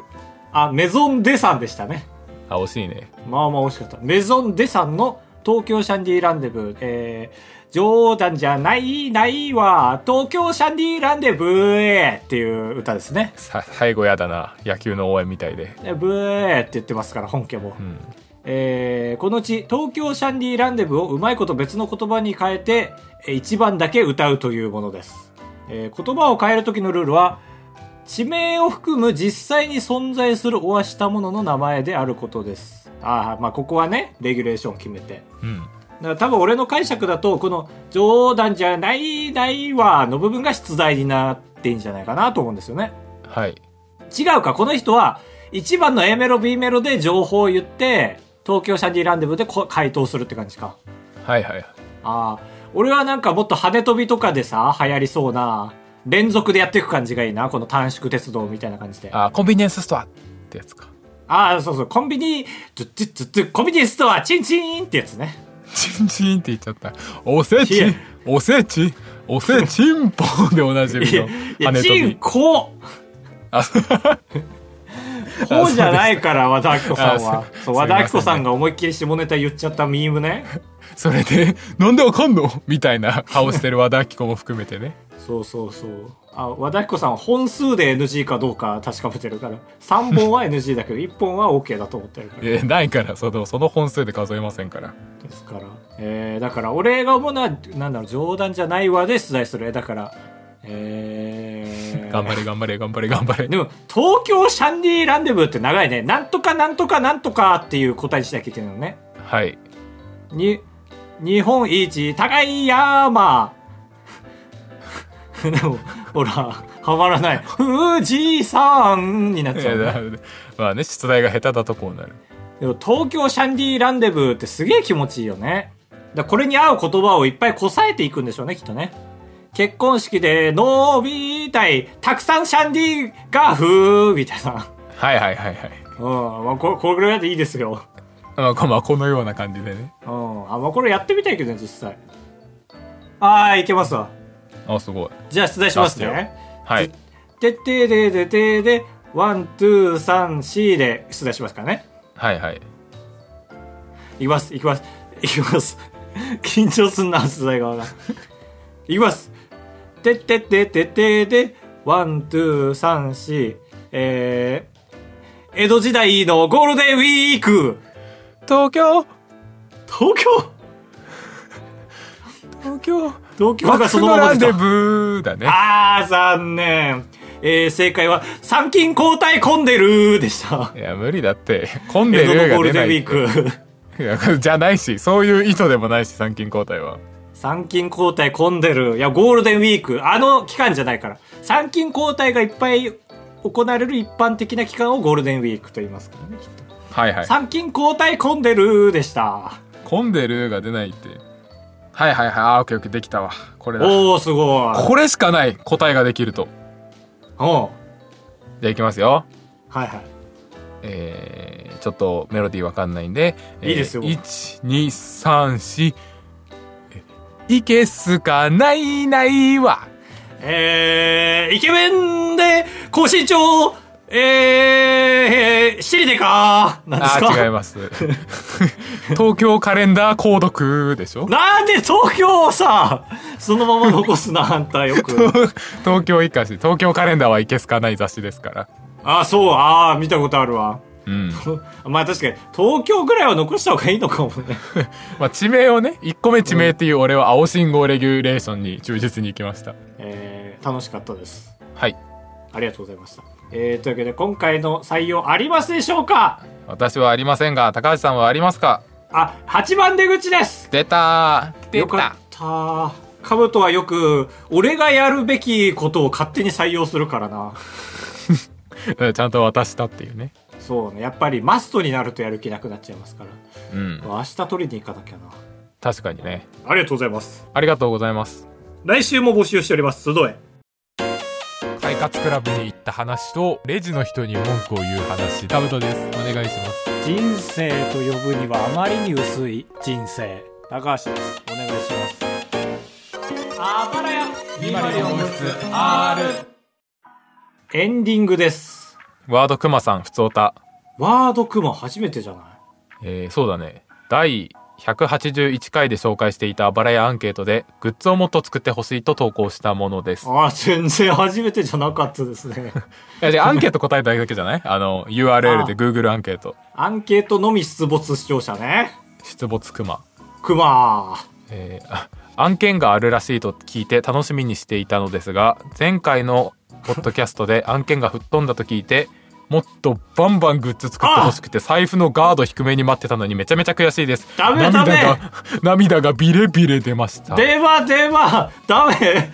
Speaker 1: あメゾンデさんでしたね
Speaker 2: あ惜しいね
Speaker 1: まあまあ惜しかった。メゾンデさんの東京シャンディランデブー。えー、冗談じゃない、ないわ。東京シャンディランデブーっていう歌ですね。
Speaker 2: さ最後やだな野球の応援みたいで
Speaker 1: えブーって言ってますから、本家も。
Speaker 2: うん
Speaker 1: えー、このうち東京シャンディランデブーをうまいこと別の言葉に変えて、えー一番だけ歌うというものです。えー言葉を変える時のルールは、地名を含む実際に存在するおはしたものの名前であることです。ああ、まあここはね、レギュレーション決めて。
Speaker 2: うん
Speaker 1: だから多分俺の解釈だとこの「冗談じゃないないわ」の部分が出題になっていいんじゃないかなと思うんですよね
Speaker 2: はい
Speaker 1: 違うかこの人は1番の A メロ B メロで情報を言って東京シャンディランデブーでこ回答するって感じか
Speaker 2: はいはい
Speaker 1: あああ俺はなんかもっと羽飛びとかでさ流行りそうな連続でやっていく感じがいいなこの短縮鉄道みたいな感じであ
Speaker 2: あコンビニエンスストアってやつか
Speaker 1: あそうそうコンビニトゥットゥットゥットゥコンビニエンスストアチンチンってやつね
Speaker 2: チンチンって言っちゃったおせ
Speaker 1: い
Speaker 2: ち
Speaker 1: え
Speaker 2: おせちおせちんぽでおなじみ
Speaker 1: いや
Speaker 2: の
Speaker 1: いや
Speaker 2: 羽飛
Speaker 1: チン
Speaker 2: び
Speaker 1: コ
Speaker 2: あ そう
Speaker 1: こうじゃないから和田アキ子さんは
Speaker 2: あす
Speaker 1: そう和田アキ子
Speaker 2: すいま
Speaker 1: さ
Speaker 2: せん
Speaker 1: んが思いっきり下ネタ言っちゃったミームね
Speaker 2: それで「なんでわかんの?」みたいな顔してる和田アキ子も含めてね
Speaker 1: そうそうそうあ和田アキ子さんは本数で NG かどうか確かめてるから3本は NG だけど1本は OK だと思ってるから
Speaker 2: えないからそのその本数で数えませんから
Speaker 1: ですから、えーだから俺が思うのはなんだろう冗談じゃないわで出題するだからえー、
Speaker 2: 頑張れ頑張れ頑張れ頑張れ
Speaker 1: でも東京シャンディランデブーって長いねなんとかなんとかなんとかっていう答えにしなきゃいけないのね
Speaker 2: はい
Speaker 1: に日本一高い山 でもほらはまらない富士山になっ
Speaker 2: い
Speaker 1: ちゃ
Speaker 2: や
Speaker 1: う、ね
Speaker 2: だ、 まあね出題が下手だとこうなる
Speaker 1: でも東京シャンディランデブーってすげえ気持ちいいよね。だからこれに合う言葉をいっぱいこさえていくんでしょうね、きっとね。結婚式で、のびたい、たくさんシャンディガーフーみたいな。
Speaker 2: はいはいはいはい
Speaker 1: うん、まあ、ここれぐらいでいいですよ。
Speaker 2: まあこまあこのような感じでね
Speaker 1: うん、あ、まあ、これやってみたいけどね、実際。あー、いけますわ。
Speaker 2: あすごい
Speaker 1: じゃあ、出題します
Speaker 2: 出して
Speaker 1: ね。
Speaker 2: はい
Speaker 1: てってでででで、ワン、ツー、サン、シーで出題しますからね。
Speaker 2: はいはい
Speaker 1: いきます、いきます、いきます。 緊張すんな、素材側が。いきます。てってってってってで、ワン、ツー、三、四、えー、江戸時代のゴールデンウィーク
Speaker 2: 東京
Speaker 1: 東京
Speaker 2: 東京
Speaker 1: 東京が
Speaker 2: 幕
Speaker 1: そ
Speaker 2: 府
Speaker 1: の
Speaker 2: の
Speaker 1: ま
Speaker 2: ラ
Speaker 1: ま
Speaker 2: ン
Speaker 1: 来
Speaker 2: デ
Speaker 1: た
Speaker 2: ブーだ ね
Speaker 1: あー、残念。えー、正解は、参勤交代混んでるでした
Speaker 2: い。や無理だって混んで
Speaker 1: 江戸の
Speaker 2: る
Speaker 1: ゴー
Speaker 2: が
Speaker 1: ル
Speaker 2: 出
Speaker 1: デ
Speaker 2: な
Speaker 1: ンウ
Speaker 2: い
Speaker 1: ィーク。
Speaker 2: いやじゃないしそういう意図でもないし参勤交代は
Speaker 1: 参勤交代混んでる。いや、ゴールデンウィーク。あの期間じゃないから。参勤交代がいっぱい行われる一般的な期間をゴールデンウィークと言いますからね、きっと。
Speaker 2: はいはい
Speaker 1: 参勤交代混んでるでした。
Speaker 2: 混んでるが出ないってはいはいはいあーオッケーオッケーできたわこれだ
Speaker 1: おー、すごい。
Speaker 2: これしかない答えができると
Speaker 1: おう
Speaker 2: じゃあいきますよ
Speaker 1: はいはい。
Speaker 2: えー、ちょっとメロディーわかんないんで、えー、
Speaker 1: いいですよ
Speaker 2: 1234いけすかないないわ
Speaker 1: えー、イケメンで、高身長、えー、えー、シリでかなんです
Speaker 2: あ
Speaker 1: か
Speaker 2: ー違います 東京カレンダー購読でしょ
Speaker 1: なんで東京をさ、そのまま残すな、 あんたよ く。
Speaker 2: 東京一家し東京カレンダーはいけすかない雑誌ですから
Speaker 1: あ、そう、あー、見たことあるわ。
Speaker 2: うん
Speaker 1: まあ確かに東京ぐらいは残した方がいいのかもね
Speaker 2: まあ、地名をね1個目地名っていう俺は青信号レギュレーションに忠実に行きました
Speaker 1: えー楽しかったです
Speaker 2: はい
Speaker 1: ありがとうございましたえーというわけで今回の採用ありますでしょうか
Speaker 2: 私はありませんが高橋さんはありますか
Speaker 1: あ8番出口です
Speaker 2: 出たー出
Speaker 1: よかったカブトはよく俺がやるべきことを勝手に採用するからな
Speaker 2: たちゃんと渡したっていうね
Speaker 1: そうねやっぱりマストになるとやる気なくなっちゃいますから
Speaker 2: うん
Speaker 1: 明日取りに行かなきゃな
Speaker 2: 確かにね
Speaker 1: ありがとうございます
Speaker 2: ありがとうございます
Speaker 1: 来週も募集しております集え
Speaker 2: 快活クラブに行った話とレジの人に文句を言う話タブトですお願いします
Speaker 1: 人生と呼ぶにはあまりに薄い人生高橋ですお願いしますあばらやエンディングです
Speaker 2: ワードクマさんふつおた、
Speaker 1: ワードクマ初めてじゃない
Speaker 2: えー、そうだね第181回で紹介していたバラやアンケートでグッズをもっと作ってほしいと投稿したものです
Speaker 1: ああ全然初めてじゃなかったです ね
Speaker 2: いや、じゃあアンケート答えただけじゃないあの、URL で Google アンケート。
Speaker 1: アンケートのみ出没視聴者ね
Speaker 2: 出没クマ。
Speaker 1: クマ
Speaker 2: えーあ案件があるらしいと聞いて楽しみにしていたのですが、前回のポッドキャストで 案件が吹っ飛んだと聞いて、もっとバンバングッズ作ってほしくて、財布のガード低めに待ってたのにめちゃめちゃ悔しいです。
Speaker 1: ダメダ
Speaker 2: 涙
Speaker 1: メ
Speaker 2: が、涙がビレビレ出ました。
Speaker 1: 電話電話ダメ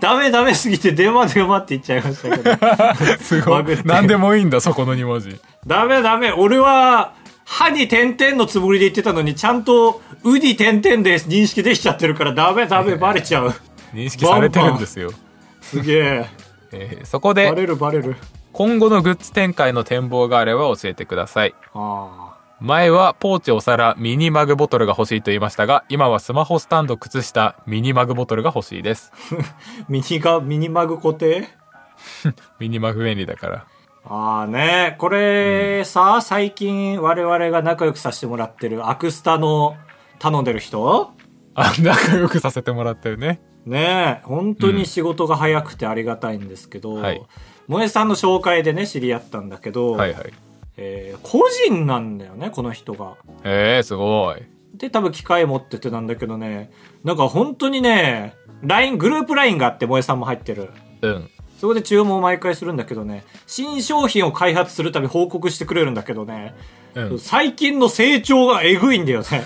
Speaker 1: ダメダメすぎて電話電話って言っちゃいましたけど
Speaker 2: すご
Speaker 1: バグっ
Speaker 2: い。
Speaker 1: て
Speaker 2: 何でもいいんだ、そこの2文字。
Speaker 1: ダメダメ俺は歯に点々のつもりで言ってたのに、ちゃんと、うに点々で認識できちゃってるから、ダメダメ、バレちゃう。
Speaker 2: 認識されてるんですよ。
Speaker 1: すげえ。
Speaker 2: えーそこ
Speaker 1: バ
Speaker 2: で
Speaker 1: レるバレる。
Speaker 2: 今後のグッズ展開の展望があれば教えてください。
Speaker 1: あ
Speaker 2: 前はポーチお皿ミニマグボトルが欲しいと言いましたが今はスマホスタンド靴下ミニマグボトルが欲しいです
Speaker 1: あ。ミニが、ミニマグ固定
Speaker 2: ミニマグ便利だから
Speaker 1: ああね、これ、さあ、最近我々が仲良くさせてもらってるアクスタの頼んでる人
Speaker 2: あ仲良くさせてもらってるね
Speaker 1: ねえ、本当に仕事が早くてありがたいんですけど、
Speaker 2: はい
Speaker 1: 萌えさんの紹介でね、知り合ったんだけど、
Speaker 2: はいはい
Speaker 1: えー個人なんだよね、この人が。
Speaker 2: えー、すごい
Speaker 1: で、多分機械持っててなんだけどね、なんか本当にね、LINE、グループ LINE があって、萌えさんも入ってる。
Speaker 2: うん
Speaker 1: そこで注文を毎回するんだけどね、新商品を開発するたび報告してくれるんだけどね、
Speaker 2: うんへ
Speaker 1: 最近の成長がえぐいんだよね。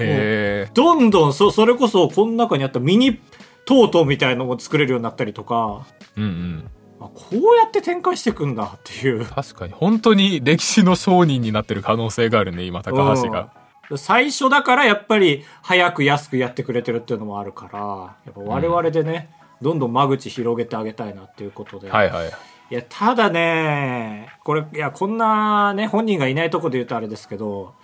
Speaker 2: え
Speaker 1: どんどん、そ、それこそ、この中にあったミニトートみたいのも作れるようになったりとか、
Speaker 2: うんうん
Speaker 1: あこうやって展開していくんだっていう。
Speaker 2: 確かに本当に歴史の商人になってる可能性があるね今高橋が
Speaker 1: うん。最初だからやっぱり早く安くやってくれてるっていうのもあるから、やっぱ我々でね、どんどん間口広げてあげたいなっていうことで。
Speaker 2: はいはい
Speaker 1: いや、ただね、これ、いや、こんなね、本人がいないとこで言うとあれですけど、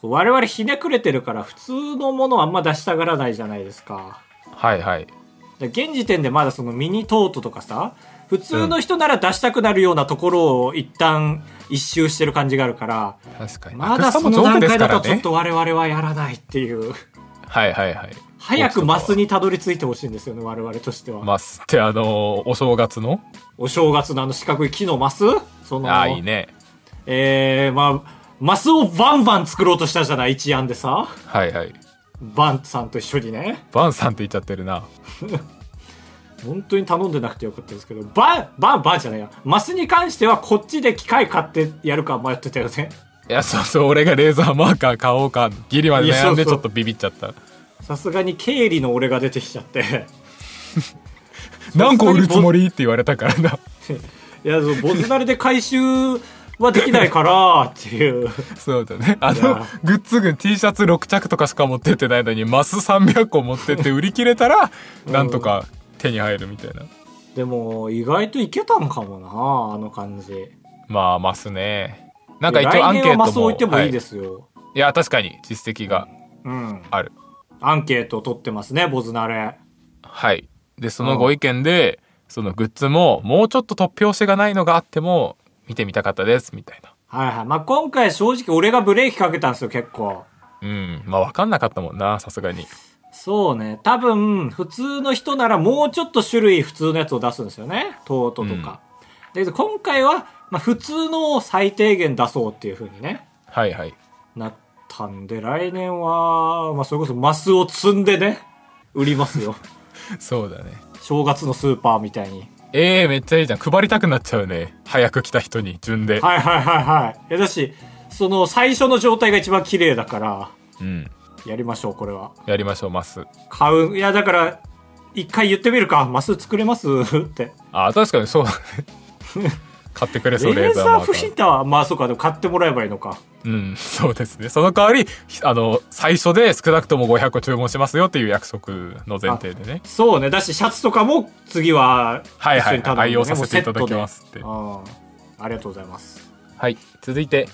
Speaker 1: 我々ひねくれてるから普通のものはあんま出したがらないじゃないですか。
Speaker 2: はいはい
Speaker 1: で現時点でまだそのミニトートとかさ、普通の人なら出したくなるようなところを一旦一周してる感じがあるから、
Speaker 2: 確かに
Speaker 1: まだ
Speaker 2: アクスタ
Speaker 1: そ
Speaker 2: も
Speaker 1: の
Speaker 2: 上手
Speaker 1: 段
Speaker 2: です
Speaker 1: 階
Speaker 2: か
Speaker 1: だと
Speaker 2: ら
Speaker 1: ちょっ
Speaker 2: ね
Speaker 1: と我々はやらないって いう、
Speaker 2: はいはいはい
Speaker 1: 早くマスにたどり着いてほしいんですよね、我々としては。
Speaker 2: マスってあのお正月の
Speaker 1: お正月のあの四角い木のマスその、
Speaker 2: ああいいね
Speaker 1: えー、まあ、マスをバンバン作ろうとしたじゃない、一案でさ。
Speaker 2: はいはい
Speaker 1: バンさんと一緒にね。
Speaker 2: バンさんって言っちゃってるな
Speaker 1: 本当に頼んでなくてよかったですけど、バン、バン、バンじゃないや。マスに関してはこっちで機械買ってやるか迷ってたよね。
Speaker 2: いやそうそう俺がレーザーマーカー買おうかギリま
Speaker 1: い
Speaker 2: で
Speaker 1: やそ
Speaker 2: 悩ん
Speaker 1: うそ
Speaker 2: で
Speaker 1: う
Speaker 2: ちょっとビビっちゃった
Speaker 1: さすがに経理の俺が出てきちゃって。
Speaker 2: 何個売るつもりって言われたからな
Speaker 1: いや、そうボズナレで回収はできないから、っていう。
Speaker 2: そうだねあ
Speaker 1: いや
Speaker 2: のグッズ群 T シャツ6着とかしか持ってってないのにマス300個持ってって売り切れたらなんとか手に入るみたいな
Speaker 1: でも、意外といけたんかもな、あの感じ。
Speaker 2: まあマスねなんか
Speaker 1: 来
Speaker 2: 一応アンケ
Speaker 1: 年
Speaker 2: ート
Speaker 1: は
Speaker 2: も、
Speaker 1: マス置いてもいいですすよ。
Speaker 2: はい、いや確かに実績が
Speaker 1: うん。
Speaker 2: ある
Speaker 1: アンケートを取ってますね、ボズナレ。
Speaker 2: はいでそのご意見でそのグッズももうちょっと突拍子がないのがあっても見てみたかったですみたいな
Speaker 1: はいはい。まあ、今回正直俺がブレーキかけたんですよ、結構。
Speaker 2: うんまあ分かんなかったもんなさすがに
Speaker 1: そうね。多分、普通の人ならもうちょっと種類普通のやつを出すんですよね。トートとか。で今回は、まあ、普通のを最低限出そうっていう風にね、
Speaker 2: はいはい
Speaker 1: なったんで、来年は、まあ、それこそマスを積んでね、売ります よ。
Speaker 2: そうだね
Speaker 1: 正月のスーパーみたいに。
Speaker 2: えー、めっちゃいいじゃん配りたくなっちゃうね早く来た人に順で、
Speaker 1: はいはいはいはい。えだし、その最初の状態が一番綺麗だから、
Speaker 2: うん
Speaker 1: やりましょう、これは。
Speaker 2: やりましょうマス
Speaker 1: 買う。いや、だから、一回言ってみるか。マス作れますって。
Speaker 2: あ確かに そうだね買ってくれそう
Speaker 1: レ
Speaker 2: レ
Speaker 1: ー
Speaker 2: ーザー
Speaker 1: ザ
Speaker 2: マ
Speaker 1: ー
Speaker 2: ー
Speaker 1: プ
Speaker 2: カ
Speaker 1: リン
Speaker 2: ー
Speaker 1: ターは、まあそうか、でも買ってもらえばいいのか。
Speaker 2: うんそうですねその代わりひあの最初で少なくとも500個注文しますよっていう約束の前提でね
Speaker 1: そうね。だし、シャツとかも次は、
Speaker 2: はいは
Speaker 1: 一
Speaker 2: い
Speaker 1: 緒に頼んでね
Speaker 2: 愛用させ
Speaker 1: もう
Speaker 2: て
Speaker 1: セ
Speaker 2: い
Speaker 1: ット
Speaker 2: た
Speaker 1: で
Speaker 2: だきますって
Speaker 1: うん。ありがとうございます。
Speaker 2: はい続いて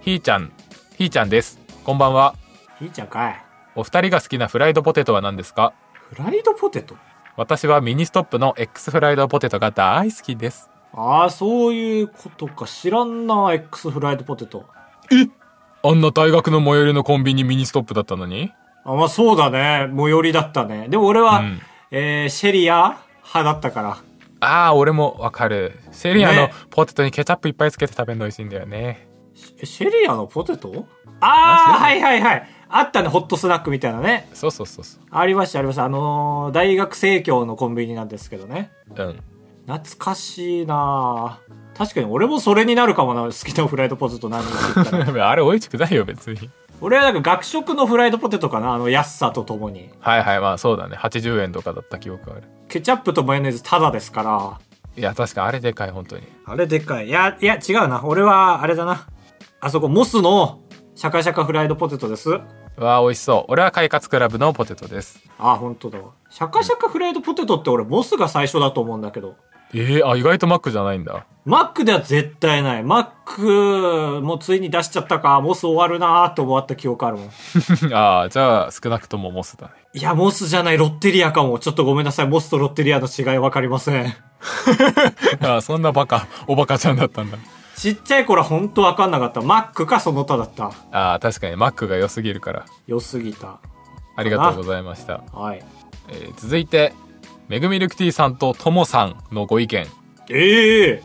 Speaker 2: ひーちゃんひーちゃんですこんばんは
Speaker 1: ひーちゃんかい。
Speaker 2: お二人が好きなフライドポテトは何ですか
Speaker 1: フライドポテト
Speaker 2: 私はミニストップの X フライドポテトが大好きです
Speaker 1: ああ、そういうことか。知らんな、X フライドポテト。
Speaker 2: あんな大学の最寄りのコンビニミニストップだったのに
Speaker 1: あ、まあそうだね。最寄りだったね。でも俺は、
Speaker 2: うん
Speaker 1: えー、シェリア派だったから。
Speaker 2: ああ俺もわかるセリアの
Speaker 1: ね
Speaker 2: ポテトにケチャップいっぱいつけて食べるの美味しいんだよね
Speaker 1: えシェリアのポテトああ、
Speaker 2: あ
Speaker 1: はいはいはい。あったね、ホットスナックみたいなね。
Speaker 2: そうそうそうそ
Speaker 1: ありました、ありました。あのー大学生協のコンビニなんですけどね。
Speaker 2: ううん
Speaker 1: 懐かしいなあ確かに俺もそれになるかもな、好きなフライドポテト何にして言った ら。
Speaker 2: あれ美味しくないよ別に
Speaker 1: 俺はなんか学食のフライドポテトかな、あの安さとともに。
Speaker 2: はいはいまあそうだね80円とかだった記憶ある
Speaker 1: ケチャップとマヨネーズタダですから。
Speaker 2: いや確かあれでかい本当に
Speaker 1: あれでかい。いや、いや、違うな。俺は、あれだな。あそこ、モスのシャカシャカフライドポテトです。
Speaker 2: わあ美味しそう俺は快活クラブのポテトです
Speaker 1: あ、本当だわ。シャカシャカフライドポテトって俺、モスが最初だと思うんだけど。
Speaker 2: えー、あ意外とマックじゃないんだ
Speaker 1: マックでは絶対ない。マックもついに出しちゃったか、モス終わるなーって思った記憶あるもん。
Speaker 2: ああじゃあ少なくともモスだね
Speaker 1: いや、モスじゃない、ロッテリアかも。ちょっとごめんなさい、モスとロッテリアの違いわかりません。
Speaker 2: ああそんなバカおバカちゃんだったんだ
Speaker 1: ちっちゃい頃はほんとわかんなかった。マックかその他だった。
Speaker 2: ああ確かにマックが良すぎるから
Speaker 1: 良すぎた。
Speaker 2: ありがとうございました、
Speaker 1: はい。
Speaker 2: えー続いてめぐみルクティさんとともさんのご意見、
Speaker 1: ええ
Speaker 2: え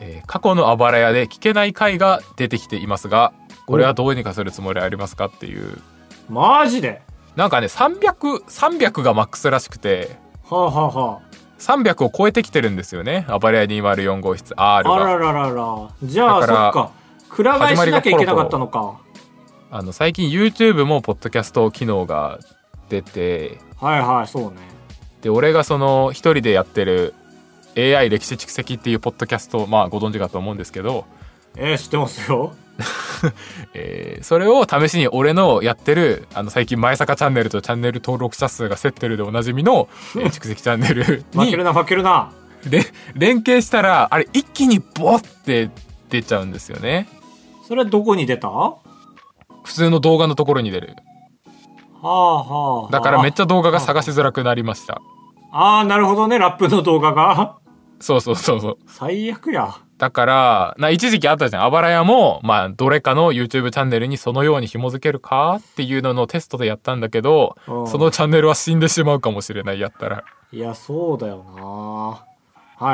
Speaker 2: ー過去のあばら屋で聞けない回が出てきていますがこれはどうにかするつもりはありますかっていう
Speaker 1: マジで
Speaker 2: なんかね300300がマックスらしくて
Speaker 1: はあ、はあは
Speaker 2: 300を超えてきてるんですよねあばら屋204号室 R
Speaker 1: あ、
Speaker 2: が
Speaker 1: あらららら。じゃあ、そ
Speaker 2: だ
Speaker 1: っ
Speaker 2: から
Speaker 1: か。くら替えしなきゃいけなかったのか。
Speaker 2: あの最近 YouTube もポッドキャスト機能が出て
Speaker 1: はいはい、そうね。
Speaker 2: で俺がその一人でやってる AI 歴史蓄積っていうポッドキャストまあご存知かと思うんですけど、
Speaker 1: えー、知ってますよ。
Speaker 2: えーそれを試しに俺のやってるあの最近前坂チャンネルとチャンネル登録者数が競ってるでおなじみの、えー蓄積チャンネ ル
Speaker 1: 負け
Speaker 2: に
Speaker 1: るな、負けるな。
Speaker 2: れ連携したらあれ一気にボッて出ちゃうんですよね
Speaker 1: それはどこに出たは
Speaker 2: 普通の動画のところに出る
Speaker 1: あはあ。
Speaker 2: だからめっちゃ動画が探しづらくなりました
Speaker 1: ああ、なるほどね、ラップの動画が。
Speaker 2: そうそうそうそう
Speaker 1: 最悪や。
Speaker 2: だから、な一時期あったじゃん。あばら屋も、まあ、どれかの YouTube チャンネルにそのように紐づけるかっていうののテストでやったんだけど、
Speaker 1: うん
Speaker 2: そのチャンネルは死んでしまうかもしれない、やったら。
Speaker 1: いや、そうだよなは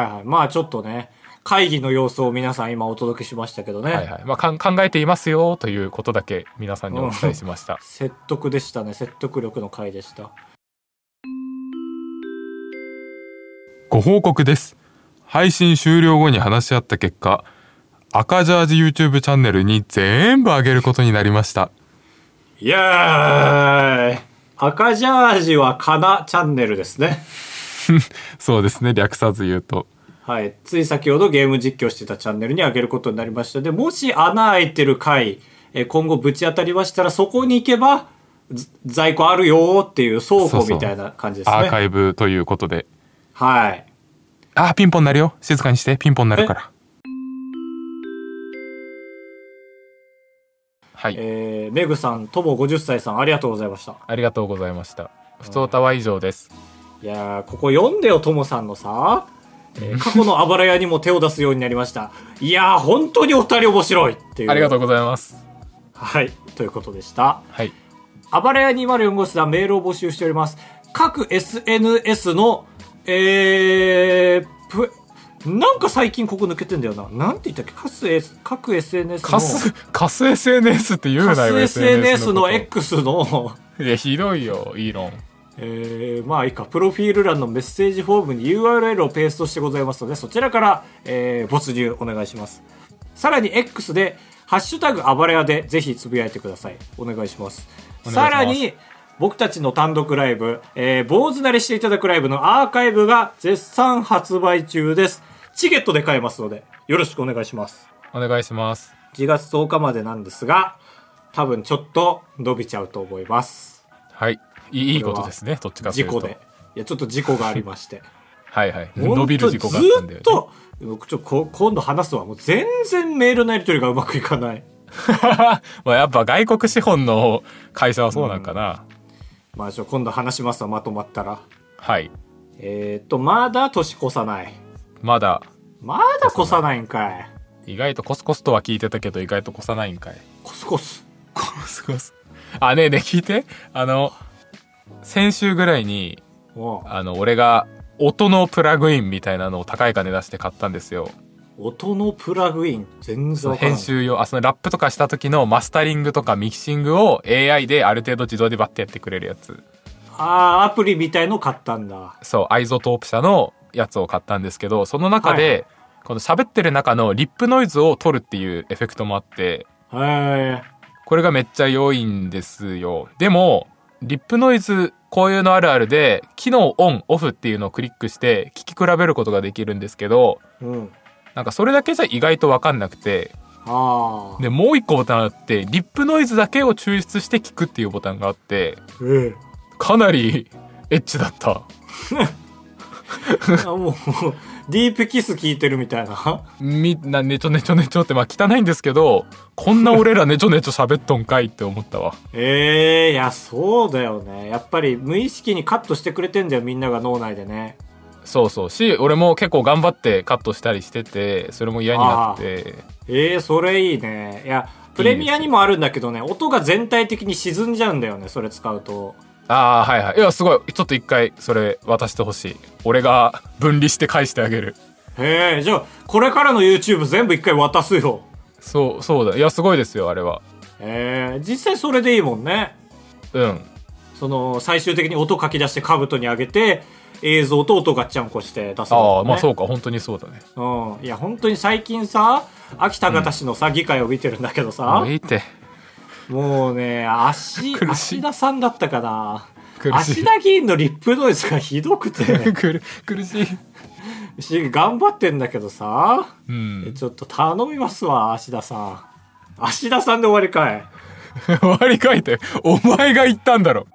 Speaker 1: いはい。まあちょっとね、会議の様子を皆さん今お届けしましたけどね。
Speaker 2: はいはい。まあ、かん考えていますよ、ということだけ皆さんにお伝えしました。
Speaker 1: 説得でしたね。説得力の回でした。
Speaker 2: ご報告です配信終了後に話し合った結果赤ジャージ YouTube チャンネルに全部上げることになりました
Speaker 1: イエーイ赤ジャージはかなチャンネルですね。
Speaker 2: そうですね略さず言うと
Speaker 1: はい。つい先ほどゲーム実況してたチャンネルに上げることになりました。で、もし穴開いてる回、えー今後ぶち当たりましたら、そこに行けば、ず在庫あるよーっていう倉庫みたいな感じですね。
Speaker 2: アーカイブということで
Speaker 1: はい。
Speaker 2: あーピンポンなるよ静かにしてピンポンなるからはい、
Speaker 1: えー、メグさん、とも50歳さん、ありがとうございました。
Speaker 2: ありがとうございましたふつおたは以上です
Speaker 1: いやーここ読んでよともさんのさ、えー過去のあばら屋にも手を出すようになりましたいやー本当にお二人面白いっていう
Speaker 2: ありがと
Speaker 1: う
Speaker 2: うございます
Speaker 1: はいということでした
Speaker 2: はい
Speaker 1: あばら屋204号室ではメールを募集しております各 SNS のえー、ぷなんか最近ここ抜けてんだよななんて言ったっけ各 S- 各 SNS の
Speaker 2: カスカス SNS って言う
Speaker 1: カ
Speaker 2: なよ
Speaker 1: ス SNS
Speaker 2: こ
Speaker 1: の
Speaker 2: と
Speaker 1: X の
Speaker 2: いやひどいよイーロン
Speaker 1: えーまあいいか、プロフィール欄のメッセージフォームに URL をペーストしてございますので、そちらから、えー没入お願いします。さらに X で、ハッシュタグあばれやでぜひつぶやいてください。お願いします。
Speaker 2: お願いします
Speaker 1: さらに、僕たちの単独ライブ、えー、坊主慣れしていただくライブのアーカイブが絶賛発売中です。チケットで買えますので、よろしくお願いします。
Speaker 2: お願いします
Speaker 1: 1月10日までなんですが、多分ちょっと伸びちゃうと思います。
Speaker 2: はい。いいいい
Speaker 1: これは
Speaker 2: ことですね。どっちかとい
Speaker 1: 事
Speaker 2: う
Speaker 1: 故
Speaker 2: と。
Speaker 1: で。いや、ちょっと事故がありまして。
Speaker 2: はいはい。伸びる事故があったんだよ、ね。
Speaker 1: ずっと、僕ちょっとこ今度話すわ。もう全然メールのやり取りがうまくいかない。
Speaker 2: まあやっぱ外国資本の会社はそうなんかな。
Speaker 1: まあ、ちょ、今度話しますわ、まとまったら。
Speaker 2: はい。
Speaker 1: えーっと、まだ年越さない。
Speaker 2: まだ、
Speaker 1: まだ越さないんかい。
Speaker 2: 意外とコスコスとは聞いてたけど、意外と越さないんかい。
Speaker 1: コスコス。
Speaker 2: コスコス。あ、ねえねえ、聞いて。あの、先週ぐらいに、
Speaker 1: おう
Speaker 2: あの、俺が、音のプラグインみたいなのを高い金出して買ったんですよ。
Speaker 1: 音のプラグイン、全然わからん
Speaker 2: 編集用、あ、そのラップとかした時のマスタリングとかミキシングを AI である程度自動でバッてやってくれるやつ。
Speaker 1: ああ、アプリみたいの買ったんだ。
Speaker 2: そう、アイゾトープ社のやつを買ったんですけど、その中
Speaker 1: はいは
Speaker 2: で、この喋ってる中のリップノイズを取るっていうエフェクトもあって、
Speaker 1: へえ。
Speaker 2: これがめっちゃ良いんですよ。でも、リップノイズ、こういうのあるあるで、機能オン、オフっていうのをクリックして、聞き比べることができるんですけど、
Speaker 1: うん。
Speaker 2: なんかそれだけじゃ意外とわかんなくて、
Speaker 1: ああ。
Speaker 2: でもう一個ボタンあってリップノイズだけを抽出して聞くっていうボタンがあって
Speaker 1: ええ。
Speaker 2: かなり エッチだった
Speaker 1: あもう、ディープキス聞いてるみたいな。
Speaker 2: みんなねちょねちょねちょってまあ汚いんですけどこんな俺らね ちょねちょ喋っとんかいって思ったわ
Speaker 1: ええいや、そうだよね。やっぱり無意識にカットしてくれてんだよ、みんなが脳内でね。
Speaker 2: そうそうし俺も結構頑張ってカットしたりしててそれも嫌になって
Speaker 1: ええそれいいね。いや、プレミアにもあるんだけどね、音が全体的に沈んじゃうんだよね、それ使うと。
Speaker 2: ああーはいはいいやすごいちょっと一回それ渡してほしい俺が分離して返してあげる
Speaker 1: へえ、じゃあ、これからの YouTube 全部一回渡すよ。
Speaker 2: そうそうだいやすごいですよあれは
Speaker 1: ええ実際それでいいもんね。
Speaker 2: うん
Speaker 1: その、最終的に音書き出して兜に上げて、映像と音ガッチャンコして出すんだ
Speaker 2: あ
Speaker 1: も
Speaker 2: あ
Speaker 1: んね
Speaker 2: まあそうか本当にそうだね
Speaker 1: うん、いや本当に最近さ秋田方氏のさ、議会を見てるんだけどさ
Speaker 2: もういい って
Speaker 1: もうね足
Speaker 2: 苦しい
Speaker 1: 足田さんだったかな
Speaker 2: 苦し
Speaker 1: 足
Speaker 2: い
Speaker 1: 田議員のリップノイズがひどく て
Speaker 2: 苦苦しい
Speaker 1: し頑張ってんだけどさ
Speaker 2: う
Speaker 1: え
Speaker 2: ん
Speaker 1: ちょっと頼みますわ足田さん足田さんで終わりかい
Speaker 2: 終わりかいってお前が言ったんだろ